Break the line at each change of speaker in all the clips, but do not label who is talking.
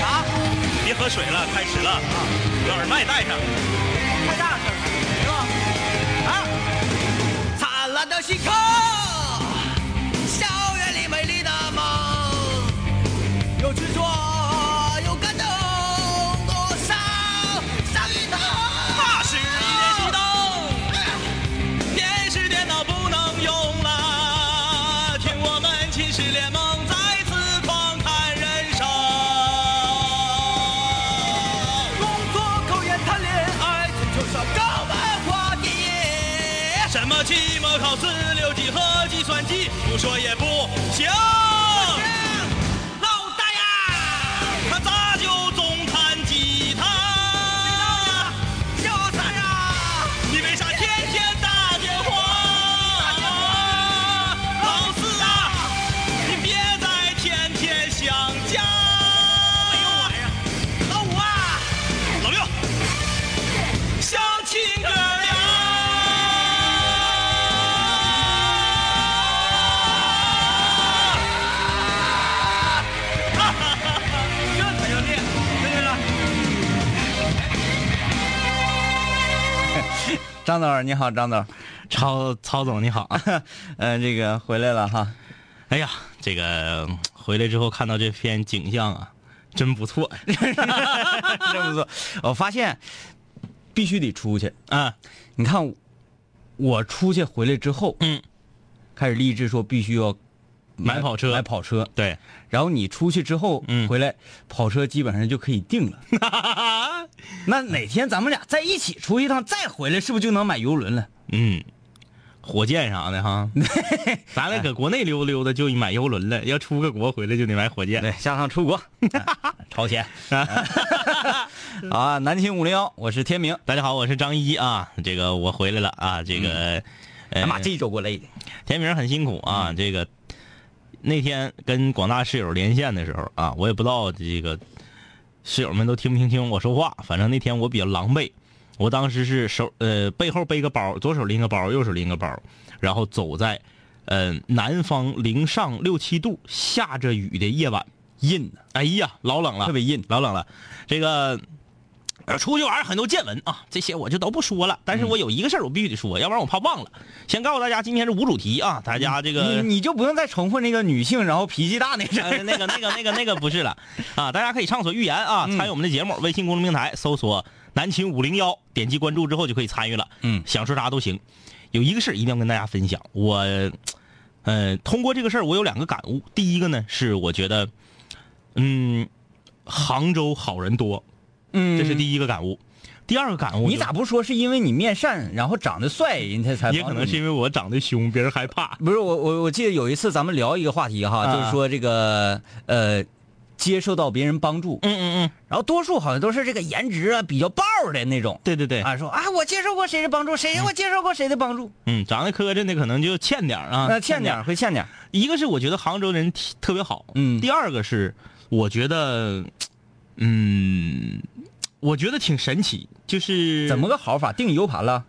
啊喝水了，开始了，把耳麦带上。
太大声了，是吧？啊！灿烂的星空，校园里美丽的梦，有执着，有感动，多少伤与痛。
那是一点激动，电视电脑不能用了，听我们秦时联盟再次狂谈人生。
工作、考研、谈恋爱，追求上高文化第一。
什么期末考试、六级和计算机，不说也不行。老大呀，他咋就总弹吉他？
叫我啥
哎
呀？
你为啥天天打电话？老四啊，你别再天天想家。哎呦我呀，
老五啊，
老六，相亲哥 呀！
这才叫练，对不对？
张总你好，张总，
曹曹总你好啊！
呃，这个回来了哈，
哎呀，这个嗯回来之后看到这片景象啊，真不错
真不错。我发现必须得出去。
啊！
你看，我出去回来之后，
嗯，
开始立志说必须要
买跑车
买跑车。
对，
然后你出去之后，
嗯
回来跑车基本上就可以定了。 那哪天咱们俩在一起出一趟，再回来，是不是就能买游轮了？
嗯，火箭啥的哈，咱俩搁国内溜达溜达就买游轮了，要出个国回来就得买火箭。
对，下趟出国，朝鲜 啊，南秦五零幺，我是天明。
大家好，我是张一啊，这个我回来了啊，这个，
哎
哎
呀妈，这一周过累的，
田明很辛苦啊，这个那天跟广大室友连线的时候啊，我也不知道这个室友们都听不听清我说话，反正那天我比较狼狈，我当时是手呃背后背个包，左手拎个包，右手拎个包，然后走在嗯、呃、南方零上六七度下着雨的夜晚，
印呢，
哎呀老冷了，
特别印。
老冷了。这个呃出去玩儿很多见闻啊，这些我就都不说了。但是我有一个事儿我必须得说，要不然我怕忘了。先告诉大家，今天是无主题啊，大家这个
你你就不用再重复那个女性，然后脾气大那事
呃，那个、那个、那个、那个不是了啊！大家可以畅所欲言啊，参与我们的节目。微信公众平台搜索“南秦五零幺”，点击关注之后就可以参与了。
嗯
想说啥都行。有一个事儿一定要跟大家分享，我，呃，通过这个事儿，我有两个感悟。第一个呢，是我觉得，嗯，杭州好人多，
嗯
这是第一个感悟。第二个感悟，
你咋？不说是因为你面善，然后长得帅，人家才
也可能是因为我长得凶，别人害怕。
不是我我我记得有一次咱们聊一个话题哈，
啊
就是说这个呃，接受到别人帮助，
嗯嗯嗯，
然后多数好像都是这个颜值啊比较爆的那种，
对对对，
啊说啊我接受过谁的帮助，谁我接受过谁的帮助，
嗯，长得磕碜的可能就欠点儿啊，
呃欠点儿会欠点儿，
一个是我觉得杭州人体特别好，
嗯
第二个是我觉得，嗯，我觉得挺神奇，就是
怎么？个好法？定 U 盘了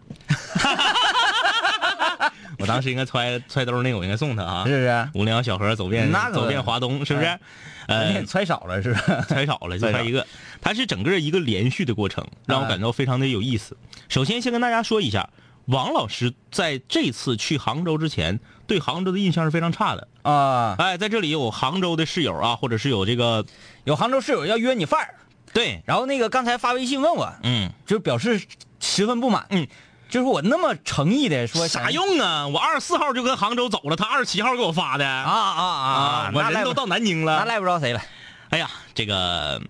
我当时应该揣揣兜那个，我应该送他啊
是，不是？
五零幺小盒走遍
那可不
走遍华东，是不是
哎？
呃
你，揣少了是不是？
太少 了，就
太少嗯
算一个。它是整个一个连续的过程，让我感到非常的有意思。首先，先跟大家说一下，王老师在这次去杭州之前，对杭州的印象是非常差的。
啊，
哎，在这里有杭州的室友啊，或者是有这个
有杭州室友要约你范儿，
对，
然后那个刚才发微信问我，
嗯，
就表示十分不满，
嗯，
就是我那么诚意的说
啥用啊？我二十四号就跟杭州走了，他二十七号给我发的
啊啊啊
啊！我
那赖
人
不
都到南宁
那
了。
赖不着谁了。
哎呀，这个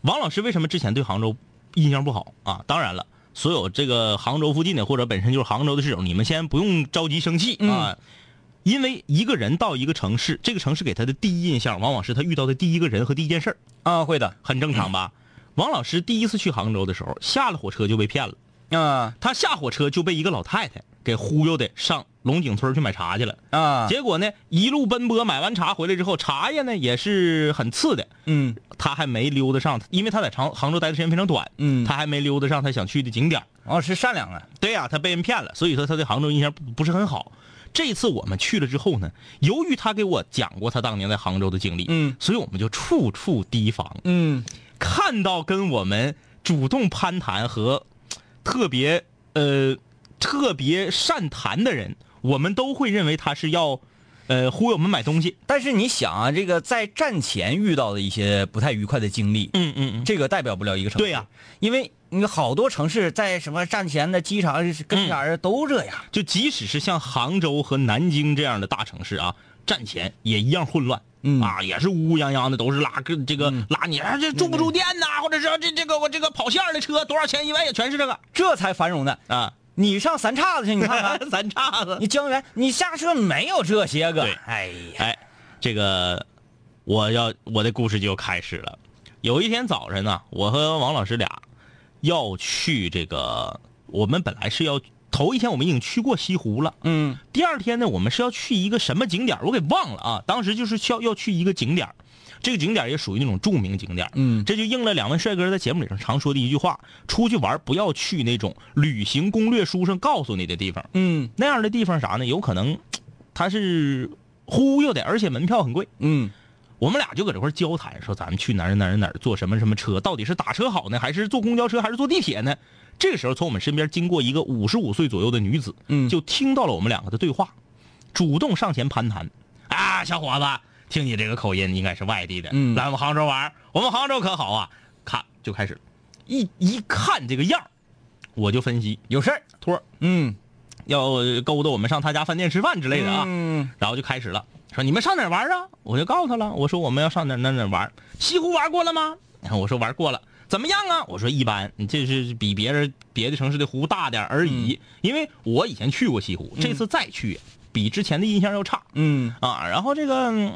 王老师为什么之前对杭州印象不好啊？当然了，所有这个杭州附近的或者本身就是杭州的室友，你们先不用着急生气啊，因为一个人到一个城市，这个城市给他的第一印象，往往是他遇到的第一个人和第一件事儿，
啊，会的，
很正常吧？王老师第一次去杭州的时候，下了火车就被骗了，
啊
他下火车就被一个老太太给忽悠的上龙井村去买茶去了。
啊，
结果呢，一路奔波，买完茶回来之后，茶叶呢也是很次的，
嗯
他还没溜达上，因为他在长杭州待的时间非常短，
嗯
他还没溜达上他想去的景点儿。
王老师善良啊，
对呀、他被人骗了，所以说他对杭州印象不不是很好。这次我们去了之后呢，由于他给我讲过他当年在杭州的经历，
嗯，
所以我们就处处提防。
嗯，
看到跟我们主动攀谈和特别呃特别善谈的人，我们都会认为他是要呃忽悠我们买东西。
但是你想啊，这个在战前遇到的一些不太愉快的经历，
嗯嗯嗯，
这个代表不了一个城市。
对呀
因为你好多城市在什么战前的机场跟前儿都这样。
就即使是像杭州和南京这样的大城市啊，战前也一样混乱。
嗯
啊，也是乌乌泱泱的，都是拉个这个、拉你啊，这住不住店呐、或者是这这个我这个跑线儿的车多少钱一万，也全是这个
这才繁荣呢。
啊，
你上三岔子去，你看看，
嗯 三岔子。
你江源，你下车没有这些个
对。
哎呀，
哎，这个我要我的故事就开始了。有一天早晨呢，我和王老师俩要去这个，我们本来是要头一天我们已经去过西湖了，
嗯
第二天呢，我们是要去一个什么景点儿，我给忘了啊。当时就是需要要去一个景点儿，这个景点儿也属于那种著名景点儿。
嗯
这就应了两位帅哥在节目里上常说的一句话：出去玩儿不要去那种旅行攻略书上告诉你的地方，
嗯
那样的地方啥呢？有可能它是忽悠的，而且门票很贵。
嗯
我们俩就搁这块儿交谈，说咱们去哪儿哪儿哪儿坐什么什么车，到底是打车好呢，还是坐公交车，还是坐地铁呢？这个时候，从我们身边经过一个五十五岁左右的女子，
嗯
就听到了我们两个的对话，主动上前攀谈。啊，小伙子，听你这个口音，应该是外地的，
嗯
来我们杭州玩儿，我们杭州可好啊！看就开始了，一一看这个样儿我就分析有事儿，托儿
嗯
要勾搭我们上他家饭店吃饭之类的啊。
嗯
然后就开始了，说你们上哪儿玩啊？我就告诉他了，我说我们要上哪儿哪儿哪儿玩。西湖玩过了吗？然后我说玩过了，怎么样啊？我说一般，你这是比别人别的城市的湖大点儿而已。因为我以前去过西湖，这次再去，比之前的印象要差。
嗯
啊，然后这个嗯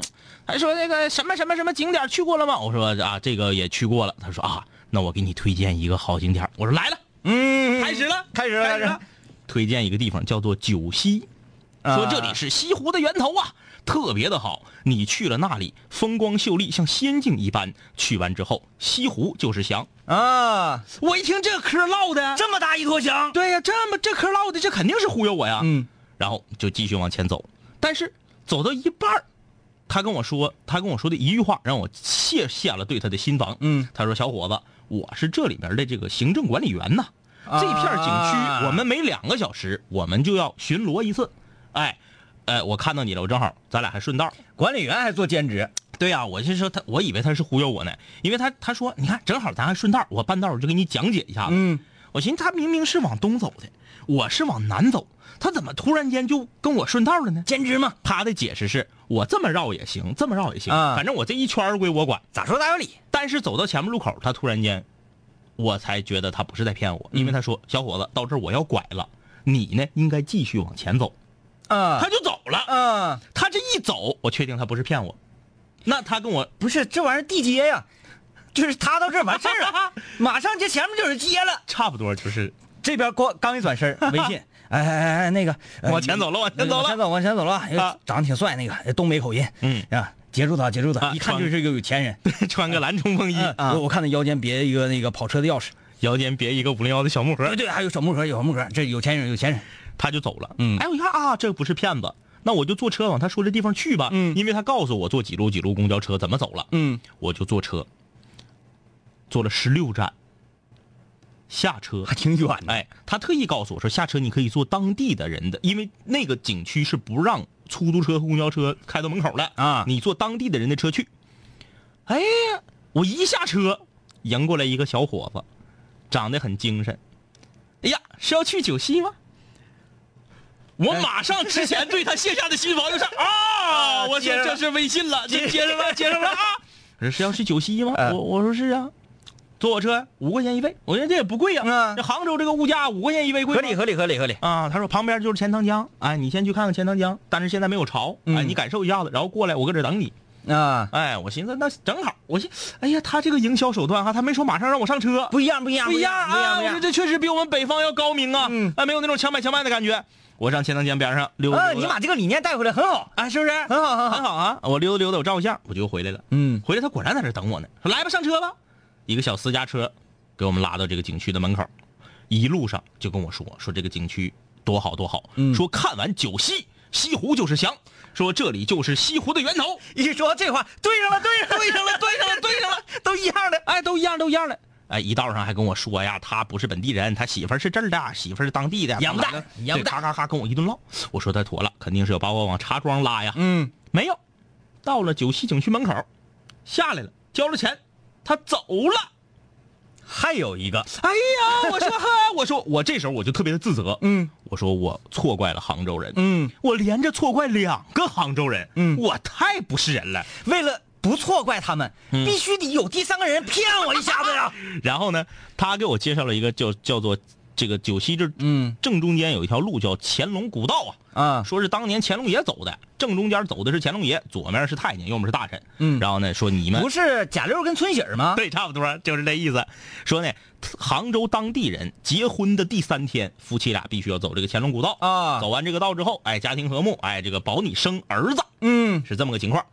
还说那个什么什么什么景点去过了吗？我说啊，这个也去过了。他说啊，那我给你推荐一个好景点。我说来了，
嗯，
开始了，
开始了
开始了。推荐一个地方叫做九溪，
啊
说这里是西湖的源头啊，特别的好。你去了那里，风光秀丽，像仙境一般。去完之后，西湖就是香。
啊，
我一听这嗑唠的，
这么大一坨翔。
对呀、这么这嗑唠的，这肯定是忽悠我呀。
嗯
然后就继续往前走，但是走到一半儿他跟我说，他跟我说的一句话让我卸下了对他的心防。
嗯，
他说：“小伙子，我是这里边的这个行政管理员呐，
啊
这片景区我们每两个小时我们就要巡逻一次。哎，哎，我看到你了，我正好咱俩还顺道。
管理员还做兼职。
对呀、我就说他，我以为他是忽悠我呢，因为他他说你看正好咱还顺道，我半道我就给你讲解一下子。
嗯
我寻思他明明是往东走的，我是往南走，他怎么突然间就跟我顺道了呢？
兼职嘛，
他的解释是我这么绕也行，这么绕也行，
啊
反正我这一圈儿归我管。
咋说咋有理。
但是走到前面路口，他突然间，我才觉得他不是在骗
嗯
我，因为他说：“小伙子，到这儿我要拐了，你呢应该继续往前走。”
啊
他就走了。
啊，
他这一走，我确定他不是骗我。那他跟我
不是这玩意儿地接呀，就是他到这儿完事儿 了，马上这前面就是接了。
差不多就是
这边光刚一转身儿，微 信，哎哎哎哎，那个呃
往前走了往前走了
往前走，往前走了，哎呦
啊
长得挺帅，那个哎东北口音，
嗯
啊，截住他，截住他，
啊
一看就是个有钱 人。
穿个蓝冲锋衣
嗯我我看他腰间别一个那个跑车的钥匙，
腰间别一个五零幺的小木盒
对，对，还有小木盒，有小木盒，这有钱人，有钱人。
他就走了。
嗯
哎，我一看啊，这不是骗子，那我就坐车往他说这地方去吧。
嗯
因为他告诉我坐几路几路公交车怎么走了。
嗯，
我就坐车，坐了十六站，下车
还挺远的。
哎，他特意告诉我说，下车你可以坐当地的人的，因为那个景区是不让出租车、公交车开到门口的
啊
你坐当地的人的车去。哎呀，我一下车，迎过来一个小伙子，长得很精神。哎呀，是要去九溪吗？我
哎
马上之前对他卸下的心防就是 啊，我说
接上
这
了
是微信了，这接上了，接上了啊！ 我说是要去九溪吗？
嗯
我我说是啊，坐我车五块钱一位，我觉得这也不贵啊呀、
嗯
这杭州这个物价五块钱一位贵
合
吗
理，合理，合理，合理。
啊。他说旁边就是钱塘江，哎，你先去看看钱塘江，但是现在没有潮，哎，
嗯
你感受一下子，然后过来，我搁这等你。
啊，
哎，我寻思那正好，我寻，哎呀，他这个营销手段哈、他没说马上让我上车，
不一样，不一样，
不一样啊！
不一样，不一
我说
样。
这确实比我们北方要高明啊，
嗯
哎，没有那种强买强卖的感觉。我上钱塘江边上溜达
啊，
溜
你
达，
把这个啊理念带回来很好，
哎，是不是？很
很好，很好。
很好啊！我溜达溜达，我照个相，我就回来了。
嗯
回来他果然在这等我呢，说来吧，上车吧。一个小私家车给我们拉到这个景区的门口，一路上就跟我说说这个景区多好多好，
嗯
说看完九溪西湖就是翔，说这里就是西湖的源头。
一说这话对上了，对上了，
对上了，对上了，对上了，
都一样的。
哎，都一样，都一样的。哎，一道上还跟我说呀，他不是本地人，他媳妇儿是这儿的，媳妇儿是当地的，
洋不
完
蛋
了
洋不
对
蛋
咔咔咔跟我一顿唠。我说他妥了，肯定是要把我往茶庄拉呀。
嗯，
没有，到了九溪景区门口，下来了，交了钱，他走了。
还有一个，
哎呀，我说 哈，我说我这时候我就特别的自责，
嗯，
我说我错怪了杭州人，
嗯，
我连着错怪两个杭州人，
嗯
我太不是人了。
为了不错怪他们，必须得有第三个人骗我一下子呀。
然后呢，他给我介绍了一个叫叫做这个九溪这，
嗯
正中间有一条路叫乾隆古道啊，
啊，
说是当年乾隆爷走的，正中间走的是乾隆爷，左面是太监，右面是大臣，
嗯
然后呢说你们
不是贾六跟春喜儿吗？
对，差不多就是这意思。说呢，杭州当地人结婚的第三天，夫妻俩必须要走这个乾隆古道
啊
走完这个道之后，哎，家庭和睦，哎，这个保你生儿子
嗯，
是这么个情况。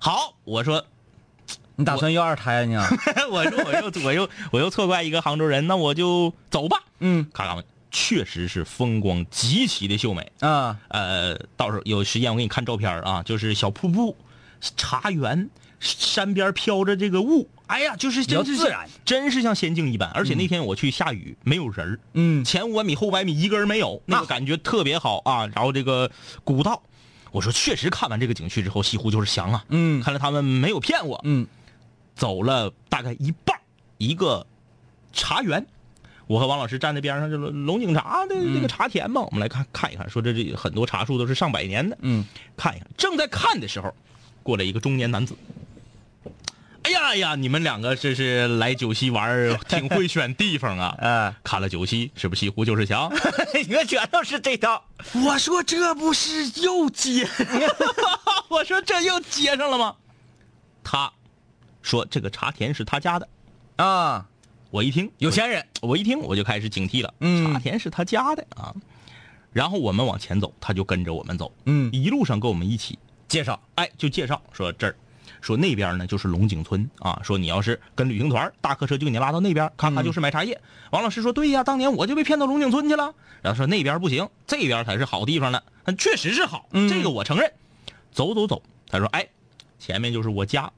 好，我说，
你打算要二胎呀、你？啊
我说，我又我又我又错怪一个杭州人，那我就走吧。
嗯
咔咔，确实是风光极其的秀美。
啊，
呃，到时候有时间我给你看照片儿啊，就是小瀑布、茶园、山边飘着这个雾，哎呀，就是真
比较
是
自然，
真是像仙境一般。而且那天我去下雨，没有人儿，
嗯
前五百米后五百米一个人没有，那个
那
感觉特别好啊。然后这个古道，我说确实看完这个景区之后，西湖就是翔啊，
嗯
看来他们没有骗我，
嗯，
走了大概一半儿一个茶园，我和王老师站在边上，这龙龙井茶的
嗯
那个茶田嘛，我们来看看一看，说这这很多茶树都是上百年的，
嗯，
看一看。正在看的时候，过来一个中年男子。哎呀哎呀，你们两个这是来九溪玩儿，挺会选地方啊！
哎
看了九溪，是不是西湖就是强？
你看全都是这套。
我说这不是又接， 我说这又接上了吗？他说这个茶田是他家的，
啊，
我一听
有钱人，
我一听我就开始警惕了，
嗯
茶田是他家的啊。然后我们往前走，他就跟着我们走，
嗯
一路上跟我们一起，
介绍，
哎，就介绍说这儿，说那边呢就是龙井村啊，说你要是跟旅行团大客车就给你拉到那边，咔咔就是买茶叶。王老师说对呀，当年我就被骗到龙井村去了。然后说那边不行，这边才是好地方呢，嗯确实是好，
嗯
这个我承认。走走走，他说哎，前面就是我家，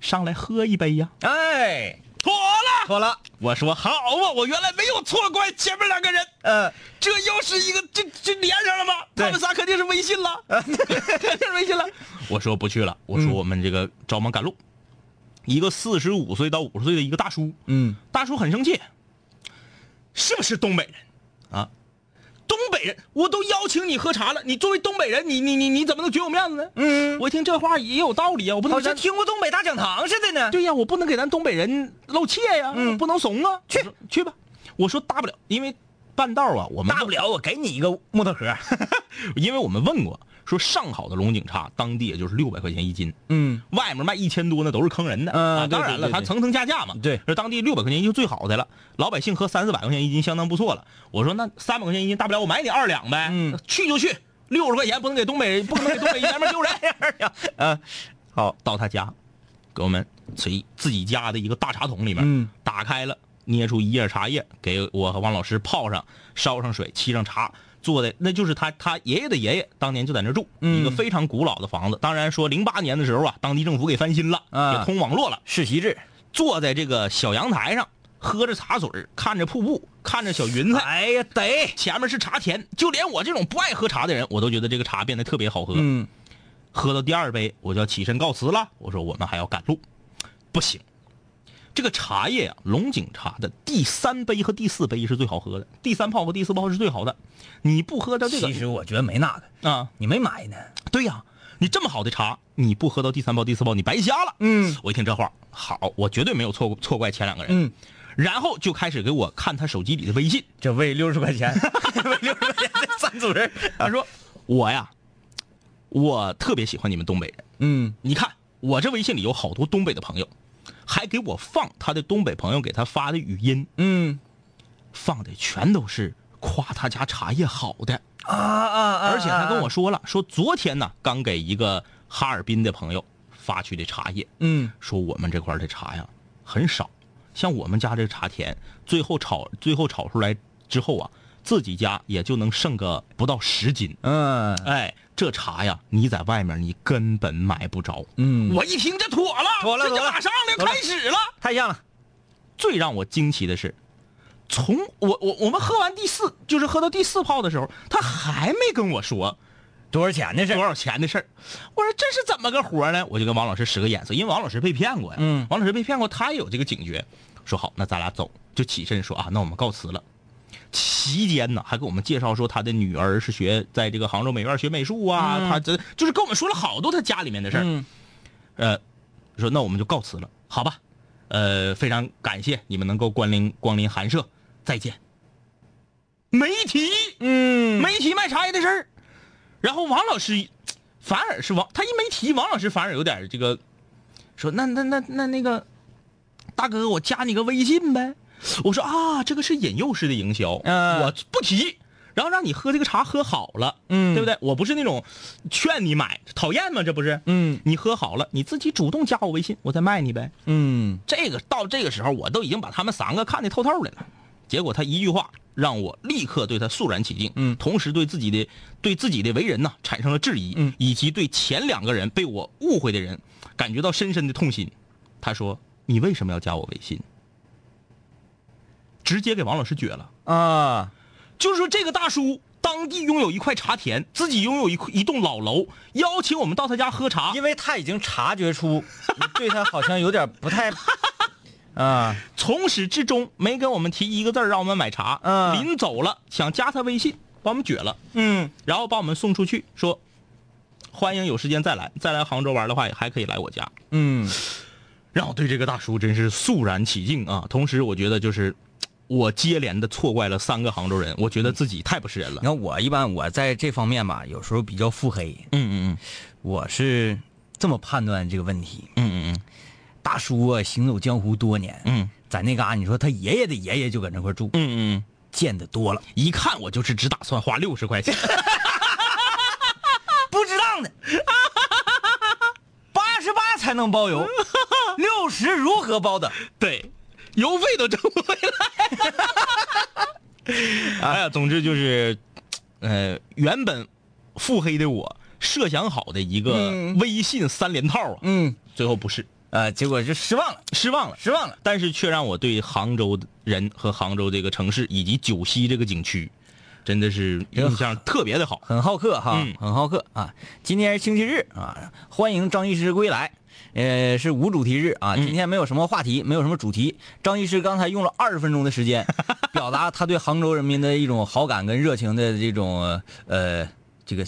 上来喝一杯呀，
哎，
妥了。
妥了，
我说好啊，我原来没有错怪前面两个人，
呃，
这又是一个这这连上了吗？
对
他们仨肯定是微信 了，肯定是微信了。我说不去了，我说我们这个着忙赶路，一个四十五岁到五十岁的一个大叔，
嗯，
大叔很生气，是不是东北人啊？东北人，我都邀请你喝茶了，你作为东北人，你你你你怎么能绝我面子呢？
嗯
我一听这话也有道理啊，我不能
好像
真
听过东北大讲堂似的呢。
对呀，我不能给咱东北人露怯呀，
嗯
我不能怂啊，去去吧。我说大不了，因为半道啊，我们
大不了我给你一个木头盒。
因为我们问过，说上好的龙井茶当地也就是六百块钱一斤，
嗯，
外面卖一千多那都是坑人的。
嗯
啊，
对
当然了，
对对
它
对
层层加价嘛。
对
说当地六百块钱就最好的了，老百姓喝三四百块钱一斤相当不错了。我说那三百块钱一斤，大不了我买你二两呗，
嗯
去就去，六十块钱不能给东北人，不能给东北爷们儿丢 人。
呃，好，
到他家，给我们随自己家的一个大茶桶里面，
嗯
打开了，捏出一叶茶叶，给我和王老师泡上，烧上水，沏上茶，做的那就是他他爷爷的爷爷当年就在那儿住，
嗯
一个非常古老的房子。当然说零八年的时候啊，当地政府给翻新了，
啊
也通网络了，
世袭制。
坐在这个小阳台上，喝着茶水儿，看着瀑布，看着小云彩。
哎呀，得，
前面是茶田，就连我这种不爱喝茶的人，我都觉得这个茶变得特别好喝。
嗯，
喝到第二杯，我就要起身告辞了。我说我们还要赶路，不行。这个茶叶呀、龙井茶的第三杯和第四杯是最好喝的，第三泡和第四泡是最好的。你不喝到这
啊其
个
实我觉得没那个，
啊，
你没买呢。
对呀、你这么好的茶，你不喝到第三泡、第四泡，你白瞎了。
嗯，
我一听这话，好，我绝对没有错错怪前两个人。
嗯，
然后就开始给我看他手机里的微信，
这为六十块钱， 为六十块钱这三组 人。
他说我呀，我特别喜欢你们东北人。
嗯，
你看我这微信里有好多东北的朋友，还给我放他的东北朋友给他发的语音，
嗯，
放的全都是夸他家茶叶好的，
啊啊啊！
而且他跟我，说了，说昨天呢刚给一个哈尔滨的朋友发去的茶叶，
嗯
说我们这块儿的茶呀很少，像我们家这茶田，最后炒最后炒出来之后啊，自己家也就能剩个不到十斤，
嗯，
哎，这茶呀，你在外面你根本买不着。
嗯
我一听这妥了，
妥了
这就
妥了
马上就
妥了
开始了，太像了。最让我惊奇的是，从我我我们喝完第四，就是喝到第四泡的时候，他还没跟我说
多少钱的事
多？少钱的事儿。我说这是怎么个活儿呢？我就跟王老师使个眼色，因为王老师被骗过呀。
嗯
王老师被骗过，他也有这个警觉。说好，那咱俩走，就起身说啊，那我们告辞了。期间呢，还给我们介绍说他的女儿是学在这个杭州美院学美术啊，他这就是跟我们说了好多他家里面的事儿。
嗯
呃，说那我们就告辞了，好吧？呃，非常感谢你们能够光临光临寒舍，再见。没提，
嗯，
没提卖茶叶的事儿。然后王老师反而是王，他一没提，王老师反而有点这个，说那那那那那个大哥，我加你个微信呗。我说啊，这个是引诱式的营销，
嗯
我不提，然后让你喝这个茶喝好了，
嗯
对不对？我不是那种劝你买，讨厌吗？这不是，
嗯
你喝好了，你自己主动加我微信，我再卖你呗。
嗯，
这个到这个时候，我都已经把他们三个看得透透的了。结果他一句话让我立刻对他肃然起敬，
嗯
同时对自己的对自己的为人呐产生了质疑，
嗯
以及对前两个人被我误会的人感觉到深深的痛心。他说：“你为什么要加我微信？”直接给王老师撅了。
啊，
就是说这个大叔当地拥有一块茶田，自己拥有一块一栋老楼，邀请我们到他家喝茶，
因为他已经察觉出你对他好像有点不 太，啊，
从始至终没跟我们提一个字儿让我们买茶。
嗯
临走了想加他微信，把我们撅了，
嗯
然后把我们送出去，说欢迎有时间再来，再来杭州玩的话也还可以来我家。
嗯
让我对这个大叔真是肃然起敬啊！同时，我觉得就是我接连的错怪了三个杭州人，我觉得自己太不是人了
你。看我一般我在这方面吧，有时候比较腹黑，
嗯嗯
我是这么判断这个问题。
嗯嗯嗯
大叔啊，行走江湖多年，
嗯
在那嘎、你说他爷爷的爷爷就搁那块住，
嗯嗯，
见得多了，
一看我就是只打算花六十块钱。
不值当 的，八十八才能包邮，六十如何包的？
对，邮费都挣不回来。 哎呀，总之就是，呃，原本腹黑的我设想好的一个微信三连套啊，
嗯，
最后不是，
呃，结果就失望了，
失望了。
失望了。
但是却让我对杭州人和杭州这个城市以及九溪这个景区，真的是印象特别的好。
很好客哈，
嗯
很好客啊！今天是星期日啊，欢迎张医师归来。呃，是无主题日啊，今天没有什么话题，没有什么主题。张医师刚才用了二十分钟的时间，表达他对杭州人民的一种好感跟热情的这种呃，这个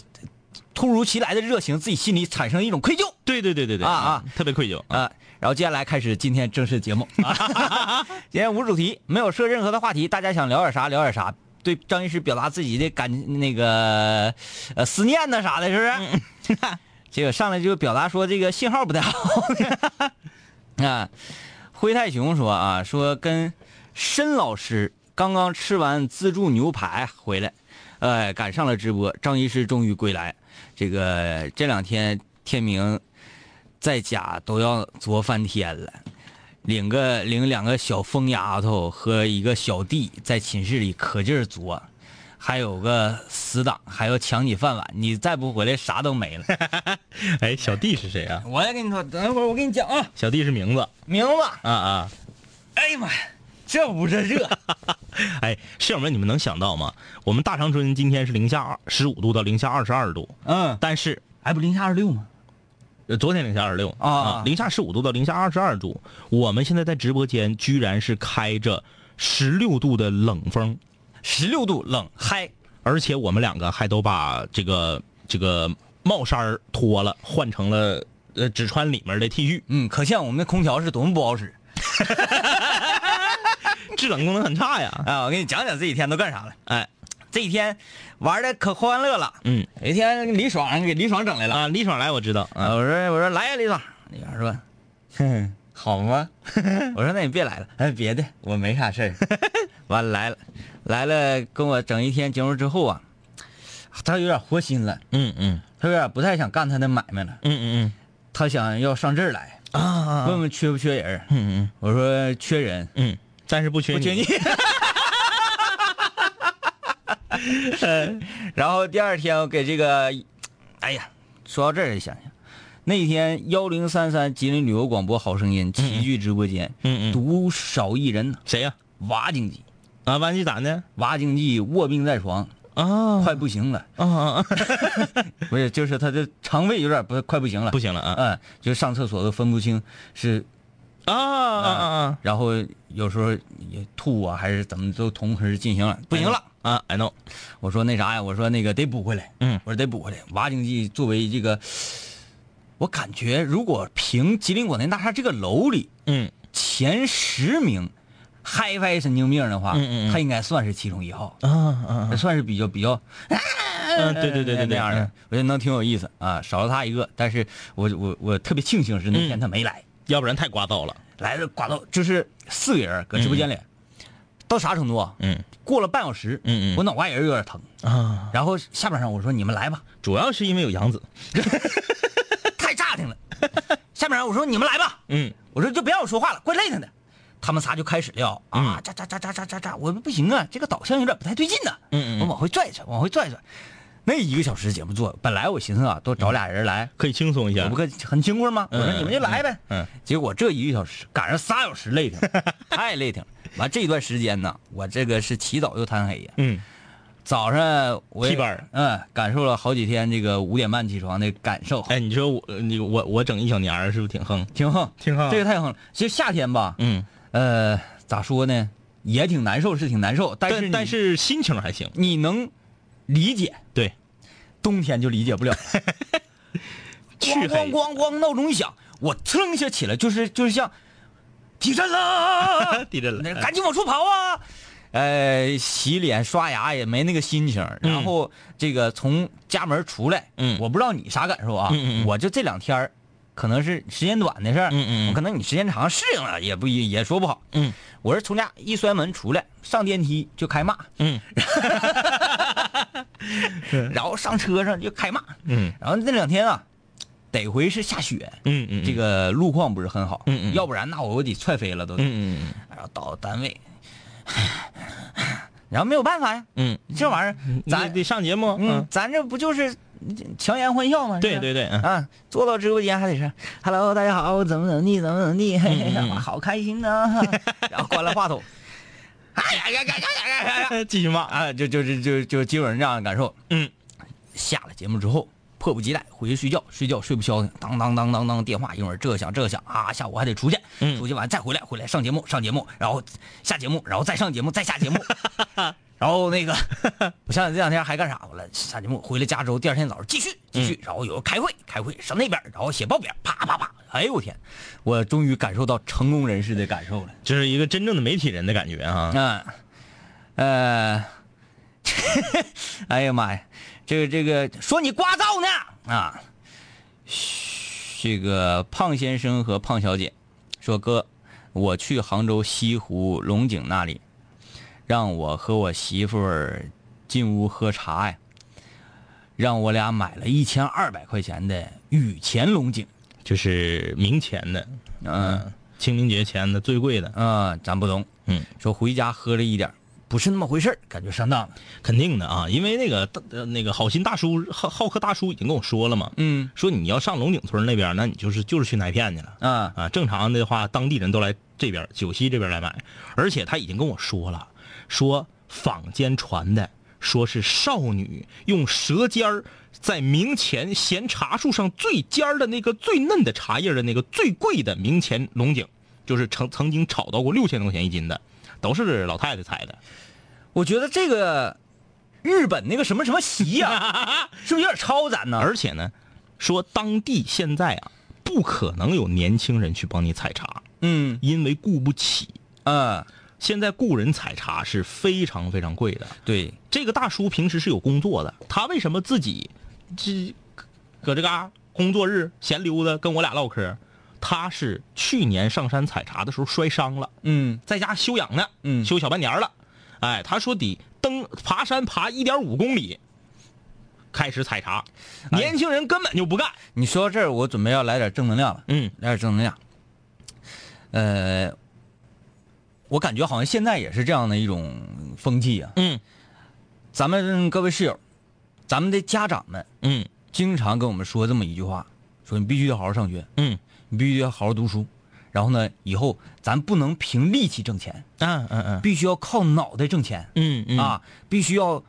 突如其来的热情，自己心里产生一种愧疚。
对对对对对嗯
啊啊，
特别愧疚。
啊，然后接下来开始今天正式节目。 今天无主题，没有设任何的话题，大家想聊点啥聊点啥。对张医师表达自己的感那个呃思念呐啥的，是不是？ 这个上来就表达说这个信号不太好 啊。灰太熊说啊，说跟申老师刚刚吃完自助牛排回来，呃，赶上了直播，张医师终于归来。这个这两天天明在家都要作翻天了，领个领两个小疯丫头和一个小弟在寝室里可劲儿作，还有个死党还要抢你饭碗，你再不回来啥都没了。
哎，小弟是谁啊？
我再跟你说，等一会儿我跟你讲啊，
小弟是名字
明
啊
白？
啊！
哎呀妈，呀，这捂着热，
哎，室友们，你们能想到吗？我们大长春今天是零下二十五度到零下二十二度，
嗯，
但是
还不零下二六吗？
呃昨天零下二十六
啊啊
零下十五度到零下二十二度，我们现在在直播间居然是开着十六度的冷风，
十六度冷嗨，
而且我们两个还都把这个这个帽衫儿脱了，换成了呃只穿里面的 T 恤，
嗯，可见我们的空调是多么不好使
制冷功能很差呀。
啊！我给你讲讲这几天都干啥了。
哎，
这几天玩的可欢乐了，
嗯
有一天李爽给李爽整来了。
啊，李爽来我知道啊，
啊，我说我说来呀、李爽，李爽说，哼，好吗？ 我说那你别来了，哎，别的我没啥事儿。完了来了，来了跟我整一天节目之后啊，他有点活心了，
嗯嗯
他有点不太想干他的买卖了，
嗯嗯
他想要上这儿来，
嗯啊，
问问缺不缺人儿。
嗯嗯
我说缺人，
嗯，但是不缺
不缺你。 然后第二天我给这个哎呀，说到这儿想想，那天幺零三三吉林旅游广播好声音齐聚直播间，
嗯嗯
多少艺人呢？
谁呀、
娃经济，
啊？班级咋的？
娃经济卧病在床，
啊
快不行了，
啊 啊！
不是，就是他的肠胃有点不快不行了，
不行了啊
嗯，就上厕所都分不清是，
啊啊啊啊！
然后有时候也吐啊，还是怎么都同时进行了，不行了。
啊！I know，
我说那啥呀，我说那个得补回来，
嗯
我说得补回来。娃经济作为这个，我感觉如果凭吉林广电大厦这个楼里
嗯，
前十名，HiFi 神经病的话，
嗯嗯嗯
他应该算是其中一号，
啊啊，
算是比较比较
嗯，对对对对
呃那
对，
样的，我觉得能挺有意思啊，少了他一个，但是我我我特别庆幸是那天他没来，
要不然太聒噪了。
来了刮到就是四个人搁直播间里，到啥程度啊？
嗯
过了半小时，
嗯嗯
我脑瓜仁儿有点疼，
啊，
然后下半场我说你们来吧，
主要是因为有杨子。
太炸挺了， 下半场我说你们来吧，
嗯
我说就别让我说话了，怪累他的。他们仨就开始了
嗯
啊，咋咋咋咋咋咋咋，我说不行啊，这个导向有点不太对劲呢、
嗯嗯
我往回拽一拽，往回拽一拽。那一个小时节目做，本来我寻思啊，多找俩人来，
可以轻松一下
我不。可很轻快吗？我
嗯
说你们就来呗。
嗯嗯
结果这一个小时赶上仨小时累挺 了，太累挺了。完这段时间呢，我这个是起早又贪黑呀。
嗯
早上我也
踢班儿
嗯，感受了好几天这个五点半起床的感受，
哎，你说我你我我整一小年儿是不是挺横？
挺横，
挺横
这个太横了。其实夏天吧，
嗯，
呃，咋说呢，也挺难受，是挺难受，但是
但
你
但是心情还行。
你能理解，
对，
冬天就理解不了。
去
咣咣
黑，
咣咣，闹钟一响，我噌一下起来，就是就是像地震了
地震了
那
嗯
赶紧往出跑啊！呃，洗脸刷牙也没那个心情，然后这个从家门出来，
嗯
我不知道你啥感受啊，
嗯嗯嗯
我就这两天儿可能是时间短的事儿，
嗯嗯嗯
我可能你时间长适应了，也不一也说不好，
嗯，
我是从家一摔门出来，上电梯就开骂，
嗯
然后上车上就开骂，
嗯
然后那两天啊，得回是下雪，
嗯嗯，
这个路况不是很好，
嗯嗯
要不然那我我得踹飞了都。
嗯嗯
然后到单位， 然后没有办法呀，
嗯，
这玩意儿咱
咱得上节目。
嗯
嗯，
咱这不就是强颜欢笑吗？是
对
吧
对对，嗯
啊，坐到直播间还得是 “hello，大家好，我怎么怎么地，怎么怎么地，嘿嘿，
嗯嗯
哇好开心呢、 然后关了话筒，哎呀呀呀呀呀呀呀！
继续骂。
啊，就就就就就基本上这样的感受。
嗯，
下了节目之后，迫不及待回去睡觉，睡觉睡不消停，当当当当当，电话一会儿这响这响啊，下午还得出去，
嗯
出去完再回来，回来上节目上节目，然后下节目，然后再上节目，再下节目，然后那个我想想这两天还干啥？我了下节目回了家之后，第二天早上继续继续，然后有个开会，开会上那边，然后写报表，啪啪啪，哎呦我天，我终于感受到成功人士的感受了。
这是一个真正的媒体人的感觉啊。
嗯，呃， 哎呀妈呀，这个这个说你刮噪呢啊，这个胖先生和胖小姐说哥，我去杭州西湖龙井那里，让我和我媳妇儿进屋喝茶呀，让我俩买了一千二百块钱的雨前龙井，
就是明前的，
嗯，
清明节前的最贵的，
啊、咱不懂，
嗯，
说回家喝了一点儿，不是那么回事儿感觉上当了，
肯定的啊，因为那个大呃那个好心大叔好好客大叔已经跟我说了嘛，
嗯。
说你要上龙井村那边，那你就是就是去奶片去了
啊，
啊。正常的话，当地人都来这边九溪这边来买，而且他已经跟我说了，说坊间传的，说是少女用舌尖儿在明前衔茶树上最尖儿的那个最嫩的茶叶的那个最贵的明前龙井，就是曾曾经炒到过六千多块钱一斤的，都是老太太采的。
我觉得这个日本那个什么什么席 呀、 是不是有点超咱呢？
而且呢，说当地现在啊，不可能有年轻人去帮你采茶，
嗯
因为雇不起。
嗯，
现在雇人采茶是非常非常贵的。
对，
这个大叔平时是有工作的，他为什么自己这搁这嘎工作日闲溜达跟我俩唠嗑？他是去年上山采茶的时候摔伤了，
嗯
在家休养呢，
嗯
休小半年了。哎，他说得登爬山爬一点五公里，开始采茶。年轻人根本就不干。
哎你说到这儿，我准备要来点正能量了，
嗯
来点正能量。呃，我感觉好像现在也是这样的一种风气啊。
嗯
咱们各位室友，咱们的家长们，
嗯
经常跟我们说这么一句话，说你必须要好好上学，
嗯
你必须要好好读书，然后呢，以后咱不能凭力气挣钱，
嗯嗯嗯
必须要靠脑袋挣钱。
嗯嗯，
啊，必须要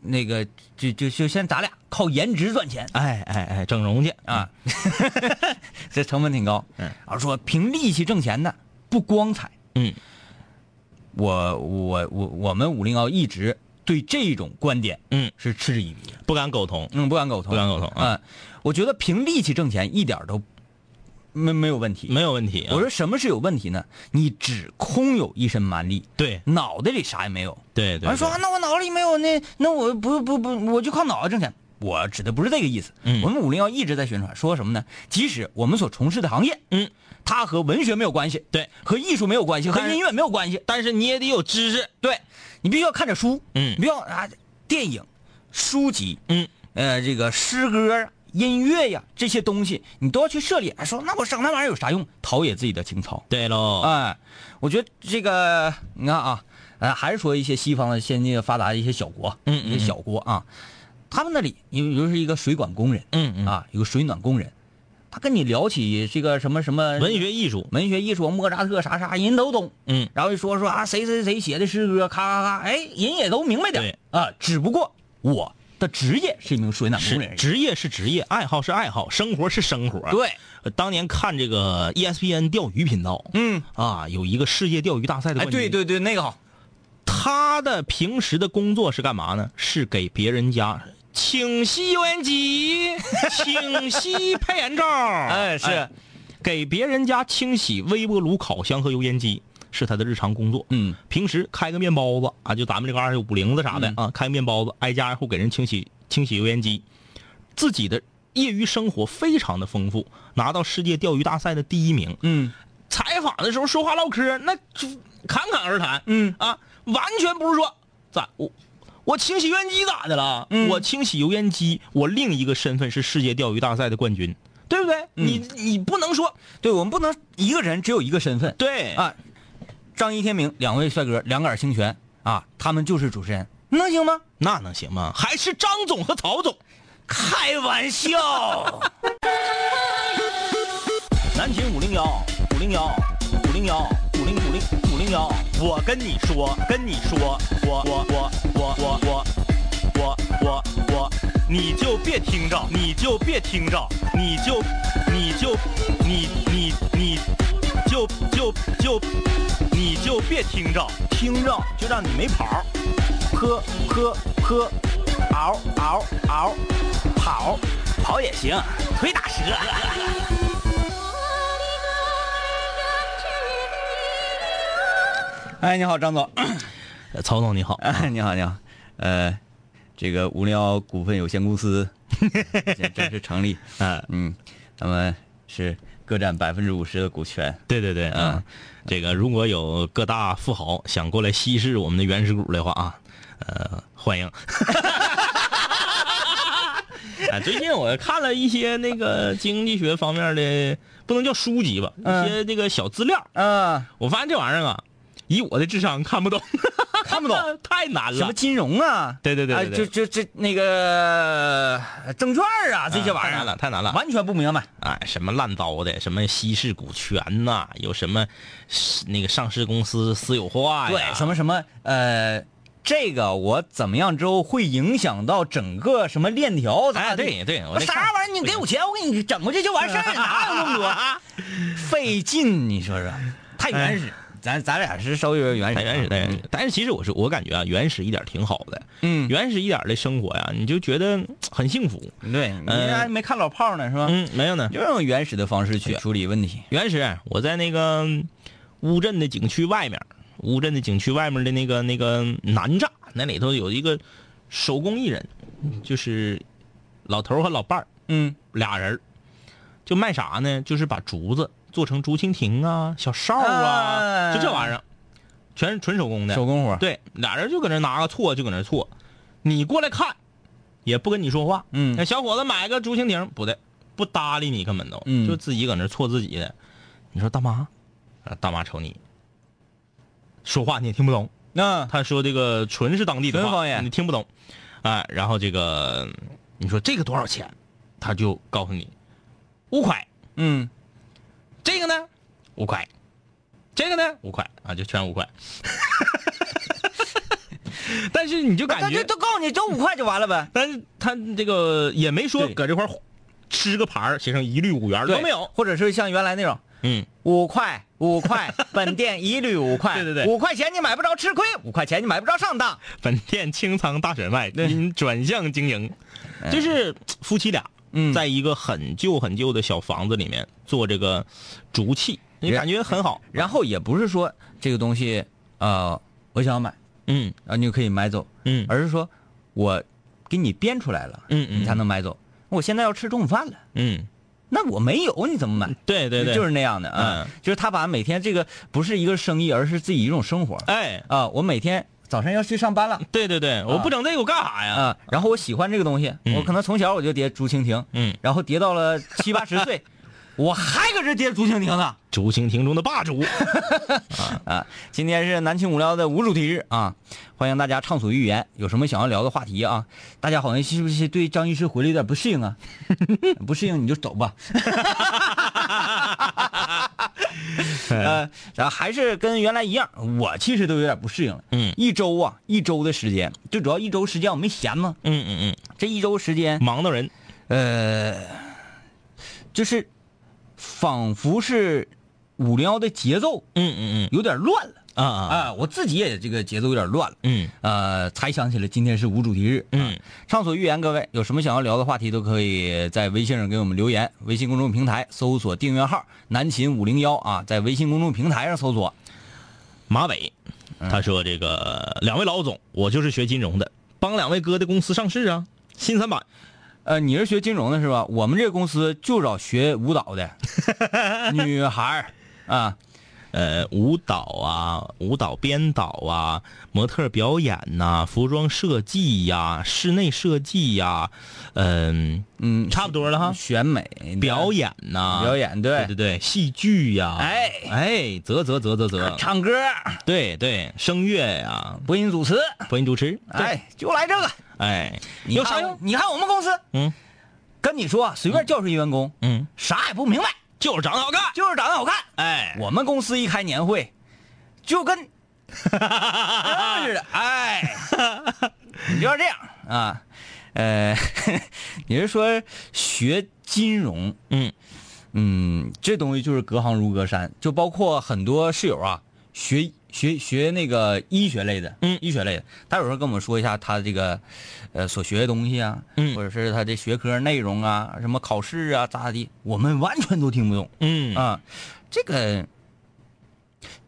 那个就就就像咱俩靠颜值赚钱
哎哎哎，整容去
啊，嗯 这成本挺高。
嗯，
而说凭力气挣钱的不光彩。
嗯，
我我我我们五零幺一直对这种观点
嗯
是嗤之以鼻的，
不敢苟同，
嗯，不敢苟同，
不敢苟同啊
嗯，我觉得凭力气挣钱一点儿都没没有问题。
没有问题啊。
我说什么是有问题呢？你只空有一身蛮力，
对
脑袋里啥也没有。
对对，
完说、啊那我脑子里没有那那我不不不我就靠脑子挣钱，我指的不是这个意思。
嗯
我们五零幺一直在宣传说什么呢？即使我们所从事的行业，
嗯，
它和文学没有关系，
对，
和艺术没有关系，和
但是
音乐没有关系，
但是你也得有知识，
对你必须要看着书，
嗯
你必须要啊电影、书籍，
嗯，
呃，这个诗歌啊、音乐呀这些东西，你都要去涉猎。哎说那我整那玩意儿有啥用？陶冶自己的情操。
对喽，
哎，我觉得这个你看啊，呃，还是说一些西方的先进的发达的一些小国，
嗯嗯
一些小国啊，他们那里，你比如是一个水管工人，
嗯嗯
啊，有个水暖工人，他跟你聊起这个什么什么
文学艺术，
文学艺术，莫扎特啥啥，人都懂，
嗯，
然后一说说啊，谁谁谁写的诗歌，咔咔咔，哎，人也都明白点啊，只不过我的职业是一哎名水暖工人
是
而已，
职业是职业，爱好是爱好，生活是生活。
对，
呃当年看这个 E ESPN 钓鱼频道，
嗯，
啊，有一个世界钓鱼大赛的
哎，
冠军。
对，对对，那个好，
他的平时的工作是干嘛呢？是给别人家。 请吸油烟机， 请吸配眼罩。
哎是
给别人家清洗微波炉、烤箱和油烟机是他的日常工作。
嗯，
平时开个面包子啊，就咱们这个二五零子啥的、啊，开面包子，挨家挨户给人清洗清洗油烟机，自己的业余生活非常的丰富，拿到世界钓鱼大赛的第一名。
嗯，
采访的时候说话唠嗑，那就侃侃而谈，
嗯
啊，完全不是说咋我我清洗油烟机咋的了？
嗯
我清洗油烟机，我另一个身份是世界钓鱼大赛的冠军，对不对？你你不能说
对我们不能一个人只有一个身份，
对
啊，张一天明两位帅哥两杆儿清泉啊，他们就是主持人，能行吗？
那能行吗？还是张总和曹总。
开玩笑，
南秦五零幺五零幺五零幺五零五零五零幺，我跟你说，跟你说，我我我我我我我我我，你就别听着，你就别听着，你就你就你你你就就就你就别听着，听着就让你没跑儿，喝喝喝，嗷嗷嗷，跑跑也行，腿打折。
哎，你好，张总，
呃曹总你好，
哎，你好，你好，呃，这个无聊股份有限公 司正式成立，
嗯，
嗯，咱们是各占百分之五十的股权，
对对对，嗯，这个如果有各大富豪想过来稀释我们的原始股的话啊，呃，欢迎。 啊，最近我看了一些那个经济学方面的，不能叫书籍吧，
嗯
一些这个小资料，
啊，
我发现这玩意儿啊，以我的智商看不懂，
看不懂
太难了。
什么金融 啊，
对对对
啊
对对
就就这那个证券啊，这些玩意
太
儿
难了太难了
完全不明白，
哎，什么烂糟的，什么稀释股权呐、有什么是那个上市公司私有化呀？
对，什么什么呃，这个我怎么样之后会影响到整个什么链条？咋
哎，
咋地
对对，我哎
我
得
啥
看
玩意儿？你给我钱，我给你整过去就完事儿，哪有 那么 多？费劲，你说说，太原始。咱咱俩是稍微有点哎原
太原始，
始，
太原始。但是其实我是我感觉啊，原始一点挺好的。
嗯
原始一点的生活呀，你就觉得嗯很幸福。
嗯对，你还没看老炮呢是吧？
嗯，没有呢
就。用原始的方式去处理问题。
原始，啊我在那个嗯乌镇的景区外面，乌镇的景区外面的那个那个南栅，那里头有一个手工艺人，就是老头儿和老伴儿
嗯
俩人儿就卖啥呢？就是把竹子做成竹蜻蜓啊、小哨
啊
啊，就这玩意儿，全是纯手工的。
嗯手工活。，
对，俩人就搁那拿个锉，就搁那锉。你过来看，也不跟你说话。
嗯
那小伙子买个竹蜻蜓，不对，不搭理你，根本都，
嗯
就自己搁那锉自己的。你说大妈，啊大妈瞅你，说话你也听不懂。
那
他说这个纯是当地的
纯
话
方言
你听不懂。哎，然后这个，你说这个多少钱？他就告诉你五块，
嗯，
这个呢五块，这个呢五块啊，就全五块。 但是你就感
那
觉
就都告诉你，就五块就完了呗。
但是他这个也没说
对
搁这块儿吃个牌儿写上一律五元儿都
对
没有，，
或者是像原来那种
嗯，
五块五 块，本店一律五块，
对对对
五块钱你买不着吃亏，五块钱你买不着上当。
本店清仓大甩卖，因转向经营，
哎
就是夫妻俩，
嗯
在一个很旧很旧的小房子里面做这个竹器，你
人
感觉很好，
然后也不是说这个东西，呃，我想要买，
嗯
然后你就可以买走，
嗯
而是说我给你编出来了，
嗯嗯
你才能买走。我现在要吃中午饭了，
嗯，
那我没有，你怎么买？
对对对，
就是那样的啊，
嗯
就是他把每天这个不是一个生意，而是自己一种生活。
哎，
啊，我每天早上要去上班了
对对对，我不整这个我干啥呀？
啊，然后我喜欢这个东西，
嗯
我可能从小我就叠竹蜻蜓，
嗯，
然后叠到了七八十 岁，我还搁这叠竹蜻蜓呢。
竹蜻蜓中的霸主，嗯
啊，今天是南青无聊的无主题日啊，欢迎大家畅所欲言，有什么想要聊的话题啊？大家好像是不是对张医师回来有点不适应啊？ 不适应你就走吧。 呃，然后还是跟原来一样，我其实都有点不适应了。
嗯
一周啊，一周的时间，最主要一周时间我没闲嘛，
嗯嗯
这一周时间
嗯，忙的人，
呃，就是仿佛是五零幺的节奏
嗯嗯
有点乱了
嗯啊啊，
啊、我自己也这个节奏有点乱了。
嗯
呃，才想起来今天是无主题日。啊
嗯，
畅所欲言，各位有什么想要聊的话题，都可以在微信上给我们留言。微信公众平台搜索订阅号“南秦五零幺”啊，在微信公众平台上搜索。
马伟，他说这个两位老总，我就是学金融的，帮两位哥的公司上市啊，新三板。
呃，你是学金融的是吧？我们这个公司就找学舞蹈的 女孩儿啊。
呃，舞蹈啊，舞蹈编导啊，模特表演呐、服装设计呀、室内设计呀、嗯、
嗯，
差不多了哈。
选美
表
演、
嗯演呐、
表演
对对
对，
对，戏剧呀、
哎
哎，啧啧啧啧啧，
唱歌、
对对，声乐呀、
播音主持，
播音主持，对，
哎，就来这个。
哎，
你
有啥
看
用？
你看我们公司，
嗯
跟你说啊，随便教训一员工，
嗯，
啥也不明白，
就是长得好看，
就是长得好看。
哎，
我们公司一开年会，就跟似的，哎，你就要这样啊，呃， 你是说学金融，
嗯
嗯，这东西就是隔行如隔山，就包括很多室友啊，学学学那个医学类的，
嗯
医学类的，他有时候跟我们说一下他这个，呃，所学的东西啊，
嗯
或者是他的学科内容啊，什么考试啊，咋咋地，我们完全都听不懂。
嗯
啊，这个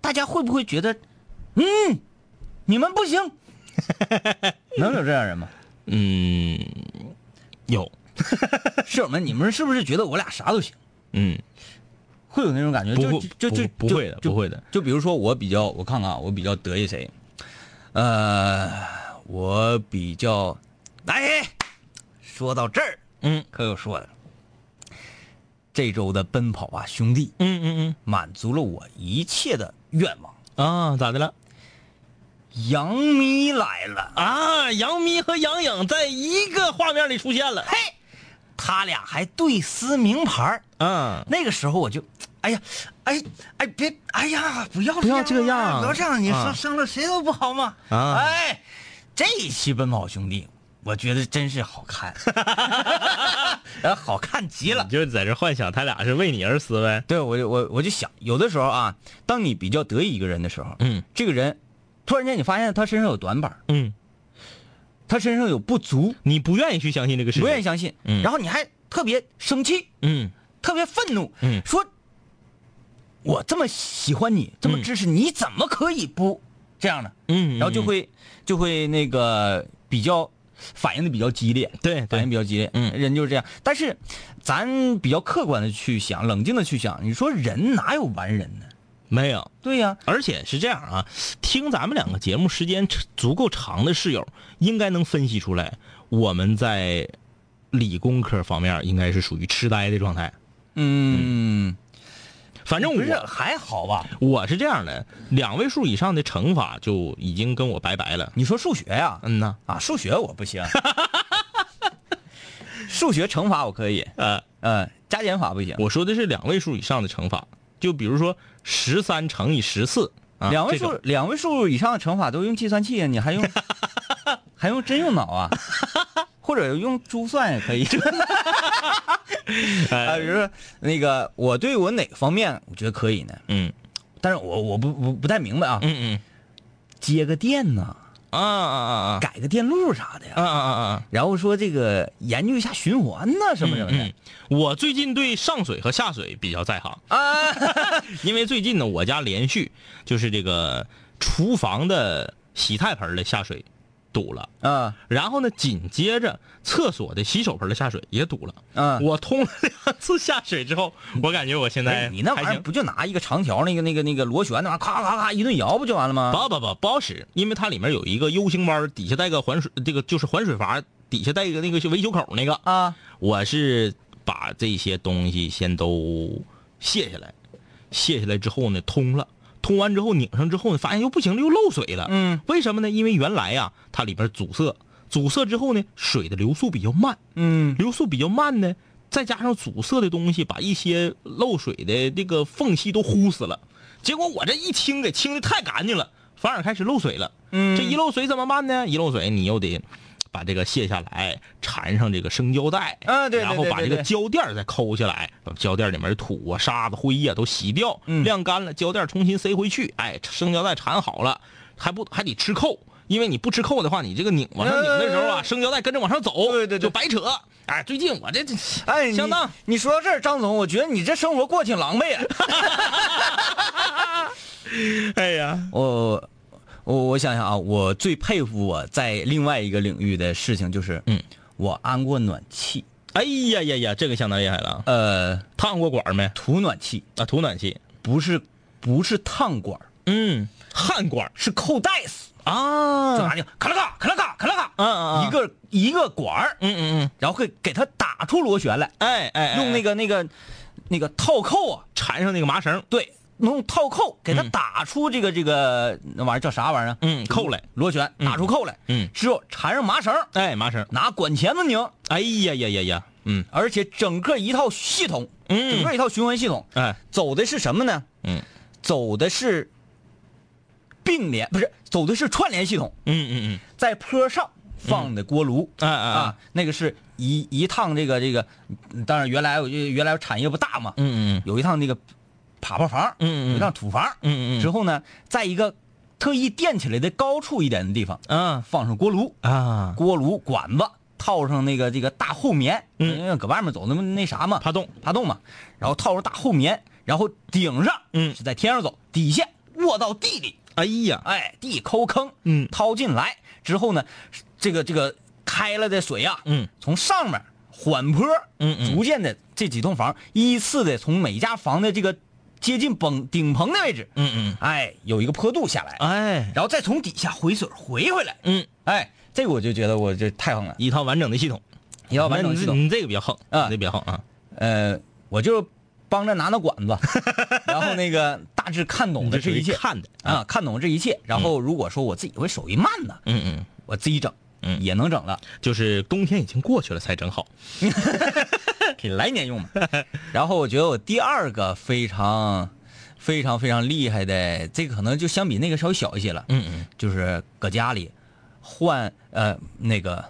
大家会不会觉得，嗯，你们不行？能有这样人吗？
嗯，有，
室友们，你们是不是觉得我俩啥都行？
嗯，
会有那种感觉？
不
就
会
就就
不
就
不会的
就
不会的。
就比如说我比较，我看看啊，我比较得意谁？呃，我比较，哎，说到这儿，
嗯
可有说的。这周的奔跑吧兄弟
嗯嗯
满足了我一切的愿望。
嗯，啊，咋的了？
杨幂来了，
啊，杨幂和杨颖在一个画面里出现了。
嘿，他俩还对撕名牌儿
嗯，
那个时候我就，哎呀，哎哎别，哎呀，不要
不要这
样啊，
样
不要这样，你
啊
伤伤了谁都不好嘛。
啊
哎，这一期《奔跑兄弟》，我觉得真是好 看，然后好看极了
你。就在这幻想他俩是为你而死呗。
嗯对我就我我就想，有的时候啊，当你比较得意一个人的时候，
嗯
这个人突然间你发现他身上有短板儿，
嗯，
他身上有不足，
你不愿意去相信这个事情，
不愿意。相信，
嗯
然后你还特别生气，
嗯
特别愤怒，
嗯
说我这么喜欢你，这么支持你，你怎么可以不这样呢？
嗯，
然后就会就会那个比较反应的比较激烈，
对
反
对，
应比较激烈，
嗯
人就是这样。但是咱比较客观的去想，冷静的去想，你说人哪有完人呢？
没有。
对呀、
而且是这样啊，听咱们两个节目时间足够长的室友，应该能分析出来，我们在理工科方面应该是属于痴呆的状态。
嗯，啊
反正
不是
我
还好吧？
我是这样的，两位数以上的乘法就已经跟我拜拜了。
嗯啊你说数学呀、
嗯呐，
啊，数学我不行，数学乘法我可以，
呃，
嗯，加减法不行。
我说的是两位数以上的乘法，就比如说十三乘以十四、啊，
两
这
位数
种
两位数以上的乘法都用计算器啊，你还用还用真用脑啊？或者用珠算也可以。
哎
啊，比如说那个，我对我哪方面我觉得可以呢？
嗯
但是我我不不不太明白啊，
嗯
接个电呐，
嗯，啊啊啊
改个电路啥的
啊啊
呀，
啊啊啊！
然后说这个研究一下循环呐，什么什么的
嗯，我最近对上水和下水比较在行
啊，
因为最近呢，我家连续就是这个厨房的洗菜盆的下水堵了，
啊
然后呢，紧接着厕所的洗手盆的下水也堵了。
啊！
我通了两次下水之后，我感觉我现在
哎你那玩意
还
儿
行
不就拿一个长条那个那个那个螺旋那玩意儿，咔咔咔一顿摇不就完了吗？
不不不不好使，因为它里面有一个 U 型弯儿，底下带个环水，这个就是环水阀，底下带一个那个维修口那个。
啊，
我是把这些东西先都卸下来，卸下来之后呢，通了，通完之后拧上之后呢，发现又不行了，又漏水了。
嗯，
为什么呢？因为原来呀、它里边阻塞，阻塞之后呢，水的流速比较慢，
嗯
流速比较慢呢，再加上阻塞的东西，把一些漏水的这个缝隙都呼死了。结果我这一清给清的太干净了，反而开始漏水了。
嗯
这一漏水怎么办呢？一漏水你又得把这个卸下来，缠上这个生胶带，
啊对对
然后把
对
这
对
个
对
胶垫儿再抠下来，把胶垫儿里面的土啊、沙子、灰呀、都洗掉，
嗯
晾干了，胶垫儿重新塞回去，哎，生胶带缠好了，还不还得吃扣。因为你不吃扣的话，你这个拧往上拧的时候啊，
哎
生胶带跟着往上走，
对对对
就白扯。哎，最近我这这，
哎，你
相当
你说到这儿，张总，我觉得你这生活过挺狼狈啊。
哎呀，
我我我想想啊，我最佩服我在另外一个领域的事情就是，
嗯，
我安过暖气，
哎呀呀呀，这个相当厉害了啊！
呃，
烫过管儿没？
土暖气，
啊，土暖气，
不是不是烫管儿，
嗯，焊管儿
是扣带丝，
啊，
就拿那个咔啦咔咔啦咔咔啦咔，
嗯嗯嗯
一个一个管儿，
嗯嗯嗯，
然后会给它打出螺旋来，
哎哎，哎
用那个那个那个套扣啊，
缠上那个麻绳，
对，用套扣给它
嗯
打出这个这个那玩意儿叫啥玩意儿啊？
嗯扣来，
螺旋
嗯
打出扣来，
嗯
之后缠上麻绳，
哎，麻绳，
拿管钳子拧，
哎呀呀呀呀，嗯
而且整个一套系统，
嗯
整个一套循环系统，
哎
走的是什么呢？
嗯
走的是并联，不是走的是串联系统，
嗯嗯
在坡上放的锅炉。
嗯，哎哎
啊，那个是一一趟这个这个，当然原来我就原来产业不大嘛，
嗯嗯
有一趟那个耙耙房，
嗯嗯
有一趟土房，
嗯嗯嗯
之后呢，在一个特意垫起来的高处一点的地方，
嗯
放上锅炉，
啊啊，
锅炉管子套上那个这个大厚棉，
嗯
因为搁外面走那么那啥嘛，
怕冻
爬动嘛，然后套上大厚棉，然后顶上，
嗯
是在天上走，底下卧到地里，
哎呀，
哎，地抠坑，
嗯
掏进来之后呢，这个这个开了的水呀、
嗯，
从上面缓坡，
嗯嗯
逐渐的这几栋房依次的从每家房的这个接近崩顶棚的位置，
嗯嗯，
哎，有一个坡度下来，
哎，
然后再从底下回水回回来，
嗯，
哎，这个我就觉得我这太横了，
一套完整的系统，
也要完整
那
系
你
统，
你这个比较横
啊
你这比较横啊，
呃，我就帮着拿拿管子， 然后那个大致看懂
你
了
是
这一切。
看的，
啊，看懂这一切，然后如果说我自己会手艺慢呢，
嗯嗯。
我自己整，
嗯
也能整了，
就是冬天已经过去了才整好，
可以来年用嘛。然后我觉得我第二个非常、非常、非常厉害的，这个可能就相比那个稍微小一些了，
嗯嗯，
就是搁家里换呃那个，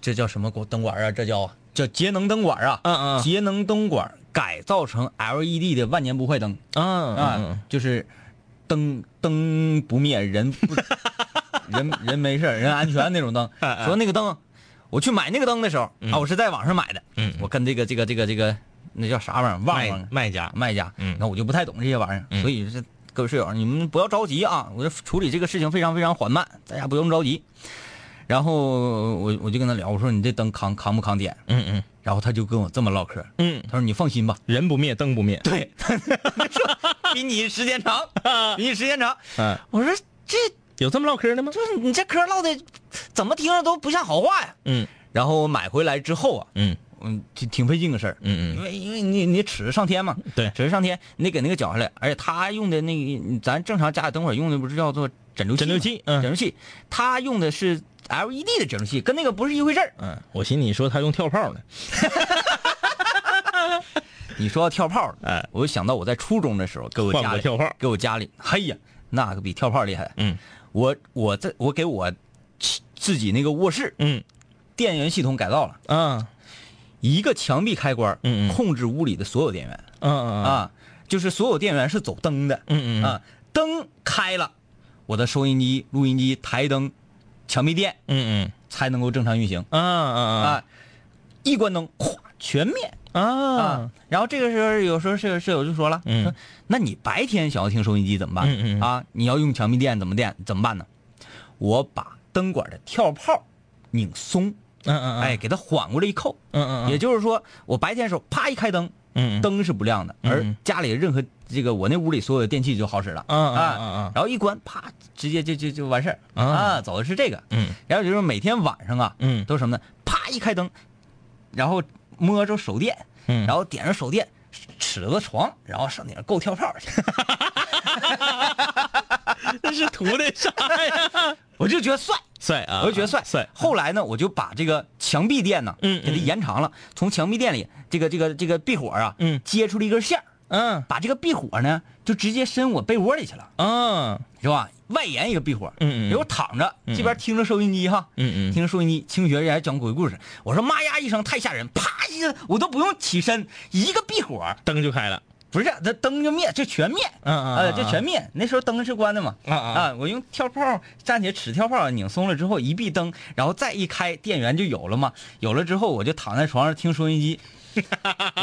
这叫什么光灯管啊？这叫叫节能灯管啊，
嗯嗯
节能灯管改造成 LED 的万年不坏灯
嗯
啊，
嗯
就是灯灯不灭，人不 人人没事儿，人安全那种 灯。
啊
说那个灯，我去买那个灯的时候、啊，我是在网上买的，
嗯嗯
我跟这个这个这个这个那叫啥玩意儿，忘了
卖。卖家，
卖家，
嗯
那我就不太懂这些玩意儿，
嗯
所以这各位室友，你们不要着急啊，我这处理这个事情非常非常缓慢，大家不用着急。然后我我就跟他聊，我说你这灯扛扛不扛点？
嗯嗯
然后他就跟我这么唠嗑，
嗯，
他说你放心吧，
人不灭灯不灭，
对，比你时间 长，比你时间长。
嗯，
我说这
有这么唠嗑的吗？
就是你这嗑唠的，怎么听着都不像好话呀。
嗯
然后我买回来之后啊，
嗯
嗯，挺挺费劲个事儿，
嗯
因
嗯，
为因为你你尺子上天嘛，
对
尺子上天，你得给那个绞下来，而且他用的那个，咱正常家里灯管用的不是叫做枕流器吗？
枕流器嗯
枕流器，他用的是 LED 的指路器，跟那个不是一回事儿。
嗯，我寻思你说他用跳炮呢，
你说到跳炮了，
哎
我就想到我在初中的时候给我
换
家
过
里
跳炮
给我家里，嘿呀，那个比跳炮厉害。
嗯
我我在我给我自自己那个卧室
嗯
电源系统改造了
啊
一个墙壁开关，
嗯嗯
控制屋里的所有电源、
啊啊
啊，就是所有电源是走灯的，
嗯嗯
啊，灯开了，我的收音机、录音机、台灯、墙壁电
嗯
才能够正常运行
嗯啊啊
啊，一关灯，咵，全灭。
啊啊
啊，然后这个时候有时候室友室友就说了，
嗯
说那你白天想要听收音机怎么
嗯
办？
嗯嗯
啊，你要用墙壁电怎么电怎么办呢？我把灯管的跳泡拧松，
嗯嗯
哎，给它缓过来一扣，
嗯嗯
也就是说我白天的时候啪一开灯，
嗯
灯是不亮的，
嗯嗯
而家里任何这个我那屋里所有的电器就好使了，
嗯嗯嗯
啊
嗯嗯
然后一关啪直接就就就完事儿
啊
啊，走的是这个，
嗯
然后就是每天晚上啊，
嗯
都是什么呢？啪一开灯，然后摸着手电，
嗯
然后点上手电，尺子床，然后上顶上够跳炮 去。
这是图的啥呀？
我就觉得帅，
帅啊！
我就觉得帅。
帅。
后来呢，我就把这个墙壁电呢，
嗯
给它
嗯
延长了，从墙壁电里这个这个这个壁火啊，
嗯
接出了一根线儿
嗯
把这个壁火呢，就直接伸我被窝里去了，
嗯
是吧？外延一个壁火，
嗯嗯嗯
然后躺着这边听着收音机哈，
嗯嗯
听着收音机，清学还讲鬼故事，我说妈呀一声太吓人，啪一个我都不用起身，一个壁火
灯就开了。
不是，这灯就灭，这全灭，
嗯嗯嗯
呃，这全灭。那时候灯是关的嘛，
啊啊啊
我用跳炮站起来，尺跳炮拧松了之后，一闭灯，然后再一开，电源就有了嘛。有了之后，我就躺在床上听收音 机。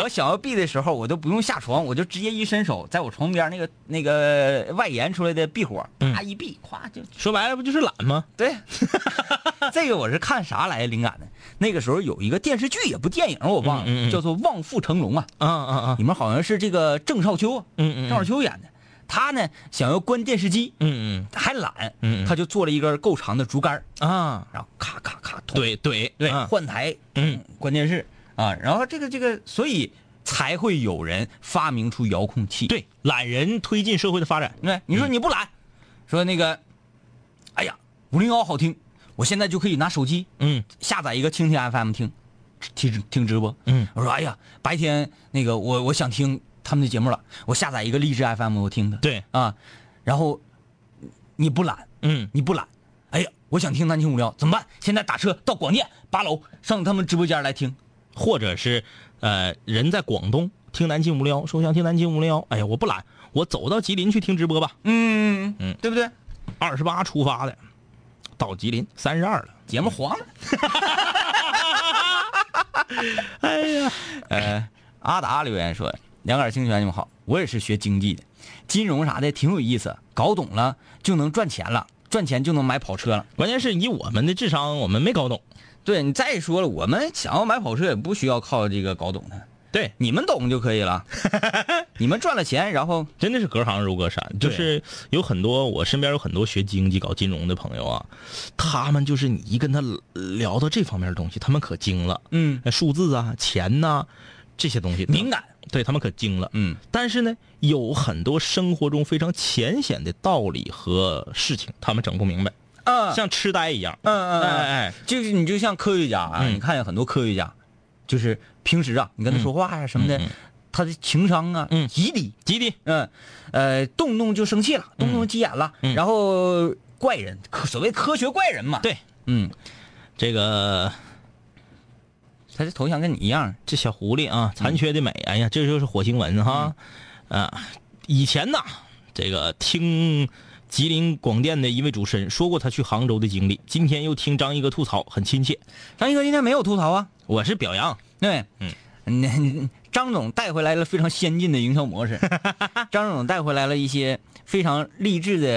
我想要闭的时候，我都不用下床，我就直接一伸手，在我床边那个那个外延出来的壁火，
嗯
啪一闭，咵就
说白了不就是懒吗？
对。 这个我是看啥来的灵感呢？那个时候有一个电视剧，也不电影，我忘了，
嗯嗯嗯
叫做《望父成龙》啊。
啊啊啊！
里面好像是这个郑少秋，啊
嗯嗯嗯
郑少秋演的。他呢想要关电视机，
嗯
还懒，
嗯嗯
他就做了一根够长的竹竿儿，
嗯啊，
然后咔咔咔，捅
怼怼
对，
啊
换台，
嗯，
关电视啊，然后这个这个，所以才会有人发明出遥控器。，
对，嗯懒人推进社会的发展。
对，你说你不懒，说那个，哎呀，五零幺好听，我现在就可以拿手机
嗯
下载一个蜻蜓 FM 听，听听直播。
嗯，
我说哎呀，白天那个我我想听他们的节目了，我下载一个荔枝 FM 我听的。
对
啊，然后你不懒，
嗯
你不懒，哎呀，我想听南青无聊怎么办？现在打车到广电八楼上他们直播间来听。
或者是呃，人在广东听南京无聊，说想听南京无聊，哎呀，我不懒，我走到吉林去听直播吧。
嗯
嗯
对不对？
二十八出发的，到吉林三十二了。
节目黄 了。哎呀，呃，阿达留言说：“两杆清泉，你们好，我也是学经济的，金融啥的挺有意思，搞懂了就能赚钱了，赚钱就能买跑车了。
关键是以我们的智商，我们没搞懂。
对你再说了，我们想要买跑车也不需要靠这个搞懂它，
对，
你们懂就可以了。 你们赚了钱，然后
真的是隔行如隔山，就
对
是有很多我身边有很多学经济、搞金融的朋友啊，他们就是你一跟他聊到这方面的东西，他们可精了，
嗯
哎数字啊、钱呐、这些东西
敏感，
对他们可精了。
嗯
但是呢，有很多生活中非常浅显的道理和事情，他们整不明白，
啊
像痴呆一样。
嗯嗯
哎
嗯
哎哎，
就是你就像科学家啊，
嗯
你看见很多科学家，就是平时啊，你跟他说话呀、什么的，
嗯嗯
他的情商啊
嗯
极低，
吉迪，
嗯，呃，动不动就生气了，动不动急眼了，
嗯
然后怪人，科所谓科学怪人嘛。，
哎对
嗯，
这个
他这头像跟你一样，
这小狐狸啊，残缺的美，哎呀，这就是火星文哈，啊，以前呐，这个听吉林广电的一位主持人说过他去杭州的经历，今天又听张一哥吐槽，很亲切，
张一哥今天没有吐槽啊，
我是表扬，
对，
嗯
嗯，张总带回来了非常先进的营销 模式，张总带回来了一些非常励志的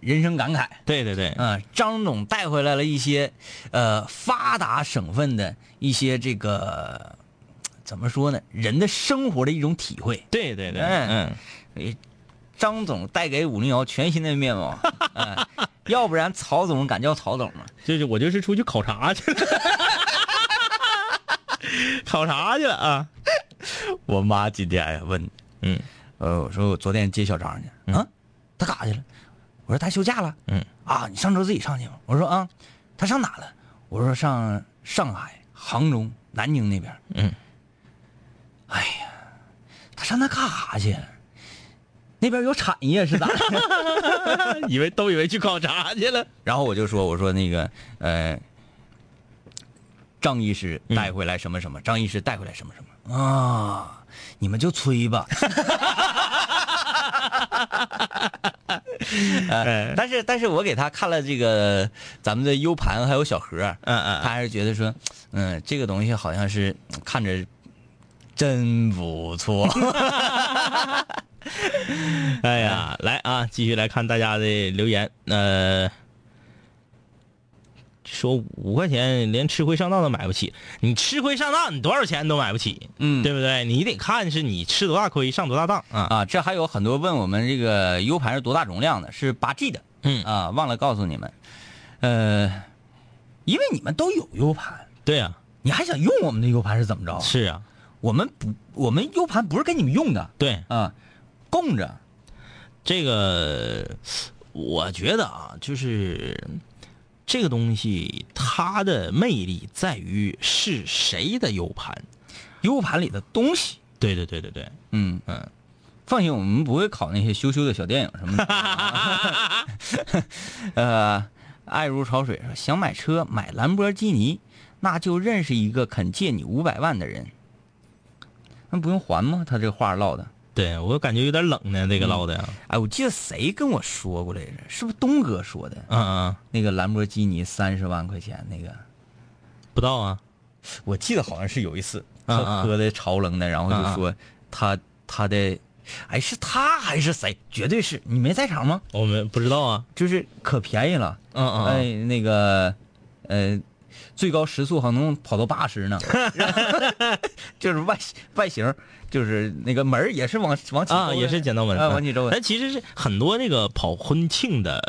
人生感慨。
对对对，
嗯、张总带回来了一些，呃，发达省份的一些这个怎么说呢，人的生活的一种体会。
对对对，
哎
嗯，
张总带给五零幺全新的面貌， 嗯，要不然曹总敢叫曹总吗？
就是我就是出去考察去了， 考察去了啊，
我妈今天问，
嗯
呃，我说我昨天接小张去，啊，他干啥去了？我说他休假了，
嗯
啊，你上周自己上去吧。我说啊，他上哪了？我说上上海、杭州、南京那边。
嗯，
哎呀，他上那干啥去？那边有产业是咋的？
以为都以为去考察去了。
然后我就说，我说那个呃，张医师带回来什么什么，张医师带回来什么什么啊，你们就吹吧。呃，但是但是我给他看了这个咱们的 U 盘还有小盒，
嗯嗯
他还是觉得说，嗯，这个东西好像是看着真不错。
哎呀，来啊，继续来看大家的留言。呃，说五块钱连吃亏上当都买不起，你吃亏上当，你多少钱都买不起，
嗯
对不对？你得看是你吃多大亏，上多大当啊。
啊，这还有很多问我们这个 U 盘是多大容量的，是八 G 的，
嗯
啊，忘了告诉你们，呃，因为你们都有 U 盘，
对呀、
你还想用我们的 U 盘是怎么着？
是啊，
我们不，我们 U 盘不是给你们用的
对
啊，供着，
这个，我觉得啊，就是这个东西它的魅力在于是谁的 U 盘。
，U 盘里的东西，
对对对对对，
嗯
嗯，
放心，我们不会考那些羞羞的小电影什么的。 呃，爱如潮水说想买车买兰博基尼，那就认识一个肯借你五百万的人。那不用还吗？他这话唠的。
对我感觉有点冷呢，这个唠的，
哎，我记得谁跟我说过来着？是不是东哥说的？
嗯嗯，
那个兰博基尼三十万块钱那个，
不到啊，
我记得好像是有一次
嗯
他
嗯
喝的潮冷的，然后就说他他的，哎，是他还是谁？绝对是你没在场吗？
我们不知道啊，
就是可便宜了。
嗯嗯嗯
哎，那个，呃，最高时速好像能跑到八 十呢，然后就是外外形，就是那个门儿也是往往起
啊，
周围
也是剪刀门，
啊往起周围，
但其实是很多这个跑婚庆的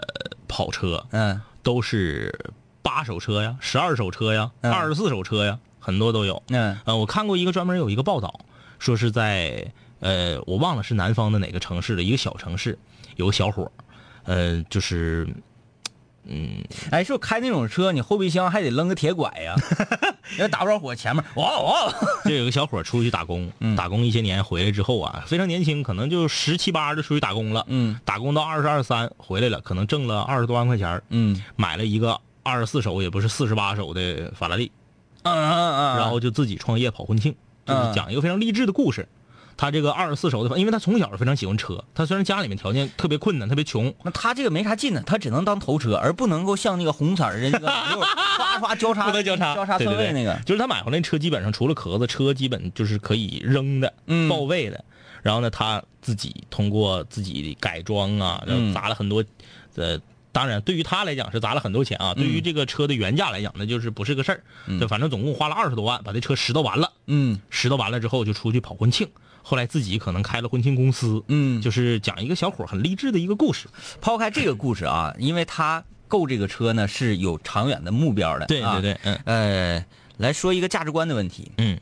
跑车
嗯，
都是八手车呀、十二手车呀、
嗯
二十四手车呀，很多都有。
嗯
呃，我看过一个专门有一个报道，说是在呃，我忘了是南方的哪个城市的一个小城市，有个小伙儿，呃，就是嗯
哎，是不是开那种车，你后备箱还得扔个铁拐 呀，要打不着火，前面哇哇，嗯
就有个小伙儿出去打工，打工一些年回来之后啊，非常年轻，可能就十七八就出去打工了，
嗯
打工到二十二三回来了，可能挣了二十多万块钱儿
嗯
买了一个二十四手也不是四十八手的法拉利，
嗯嗯嗯，
然后就自己创业跑婚庆，就是
嗯
讲一个非常励志的故事。他这个二十四手的，因为他从小非常喜欢车，他虽然家里面条件特别困难，特别穷，
那他这个没啥劲呢，他只能当头车，而不能够像那个红色儿的那个唰唰交叉
不能交叉
交叉
对
车
对
位
对
那个，
就是他买回来车基本上除了壳子，车基本就是可以扔的、
嗯
报废的。然后呢，他自己通过自己改装啊，然后
嗯
砸了很多，呃，当然对于他来讲是砸了很多钱啊，对
嗯
于这个车的原价来讲，那就是不是个事儿。就反正总共花了二十多万把这车拾掇完了，
嗯
拾掇完了之后就出去跑婚庆，后来自己可能开了婚庆公司，
嗯，
就是讲一个小伙儿很励志的一个故事。
抛开这个故事啊，因为他购这个车呢是有长远的目标的。
对
啊
对对，嗯
呃，来说一个价值观的问题，
嗯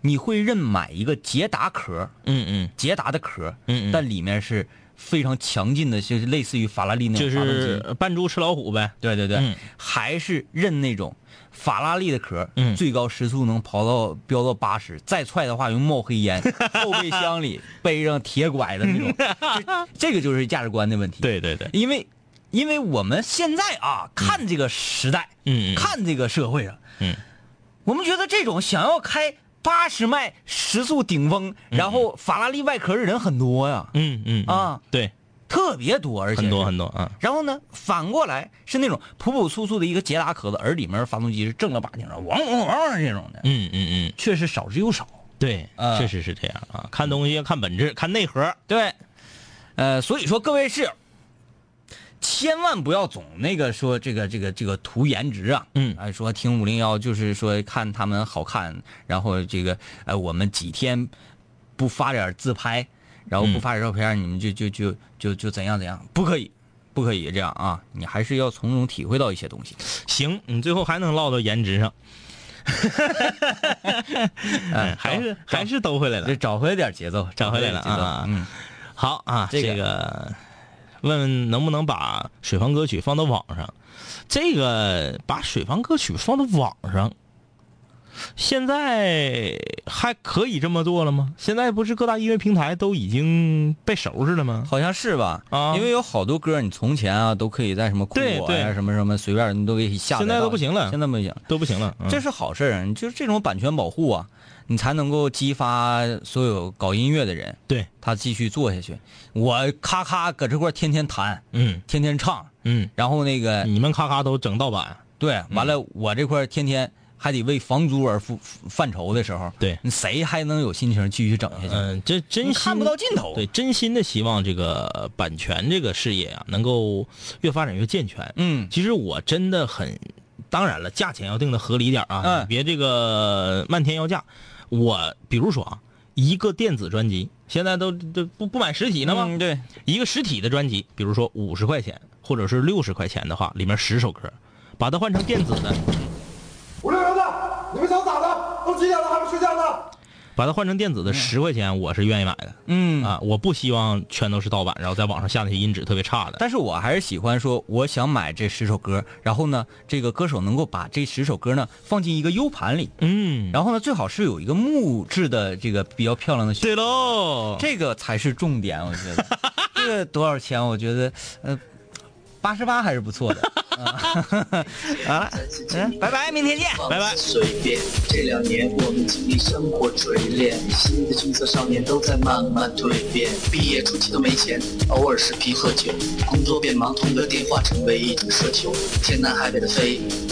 你会认买一个捷达壳，
嗯嗯
捷达的壳，
嗯嗯
但里面是非常强劲的，就是类似于法拉利那
就
种发动机。
是扮猪吃老虎呗。
对对对，
嗯
还是认那种法拉利的壳，
嗯
最高时速能跑到飙到八十，再踹的话容易冒黑 烟，后备箱里背上铁拐的那种， 这这个就是价值观的问题。
对对对，
因为因为我们现在啊，看这个时代，
嗯嗯
看这个社会啊，
嗯，
我们觉得这种想要开八十迈时速顶峰，然后法拉利外壳的人很多呀，
嗯嗯嗯
啊
对，
特别多，而且
很多很
多。
多啊。
然后呢，反过来是那种普朴素素的一个捷达壳子，而里面发动机是正儿八经的，汪汪汪这种的，
嗯嗯嗯，
确实少之又少。
对，
啊
确实是这样啊。看东西要看本质，看内核。
对，呃，所以说各位室友，千万不要总那个说这个这个这个图颜值啊，
嗯
啊，说听五零幺就是说看他们好看，然后这个呃我们几天不发点自拍，然后不发点照片，你们就就就就就怎样怎样，不可以，不可以这样啊，你还是要从中体会到一些东西。
行，你最后还能落到颜 值上，嗯，还是还是兜回来了
啊这。找回点节奏，
找回来了
点节奏
啊
嗯，
好啊，
这个
这个问问能不能把水房歌曲放到网上？这个把水房歌曲放到网上，现在还可以这么做了吗？现在不是各大音乐平台都已经被收拾了吗？
好像是吧？
啊
因为有好多歌，你从前啊都可以在什么酷
对
我呀、
对
什么什么随便你都可以下载到，
现在都不行了
现在不行，
都不行了，嗯
这是好事儿，就是这种版权保护啊，你才能够激发所有搞音乐的人，
对，
他继续做下去。我咔咔搁这块儿天天弹，
嗯
天天唱，
嗯，
然后那个
你们咔咔都整盗版，
对，完了我这块儿天天还得为房租而付犯愁的时候，
对
你谁还能有心情继续整下去？
嗯，这真
你
心
看不到尽头。
对，，真心的希望这个版权这个事业啊，能够越发展越健全。
嗯
其实我真的很，当然了，价钱要定的合理点啊，
嗯
你别这个漫天要价。我比如说啊，一个电子专辑现在都都不不买实体了吗？
嗯对，
一个实体的专辑，比如说五十块钱或者是六十块钱的话，里面十首歌，把它换成电子的，
五六零的，你们想咋的？都几点了还不睡觉呢？
把它换成电子的十块钱，我是愿意买的。
嗯
啊，我不希望全都是盗版，然后在网上下那些音质特别差的。
但是我还是喜欢说，我想买这十首歌，然后呢，这个歌手能够把这十首歌呢放进一个 U 盘里，
嗯，
然后呢，最好是有一个木质的这个比较漂亮的旋，
对喽，
这个才是重点，我觉得。这个多少钱？我觉得，呃，八十八还是不错的。啊好了，嗯，拜拜，明天见。
拜拜。
随便。这两年我们经历生活锤炼，新的青涩少年都在慢慢蜕变。毕业初期都没钱，偶尔视频喝酒，工作变忙，通个电话成为一种奢求。天南海北的飞，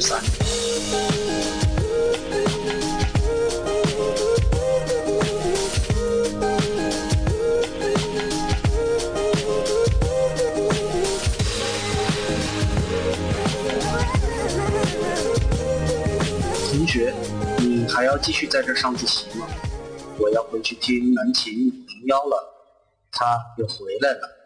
三。同学，你还要继续在这儿上自习吗？我要回去听南琴五零幺了，他又回来了。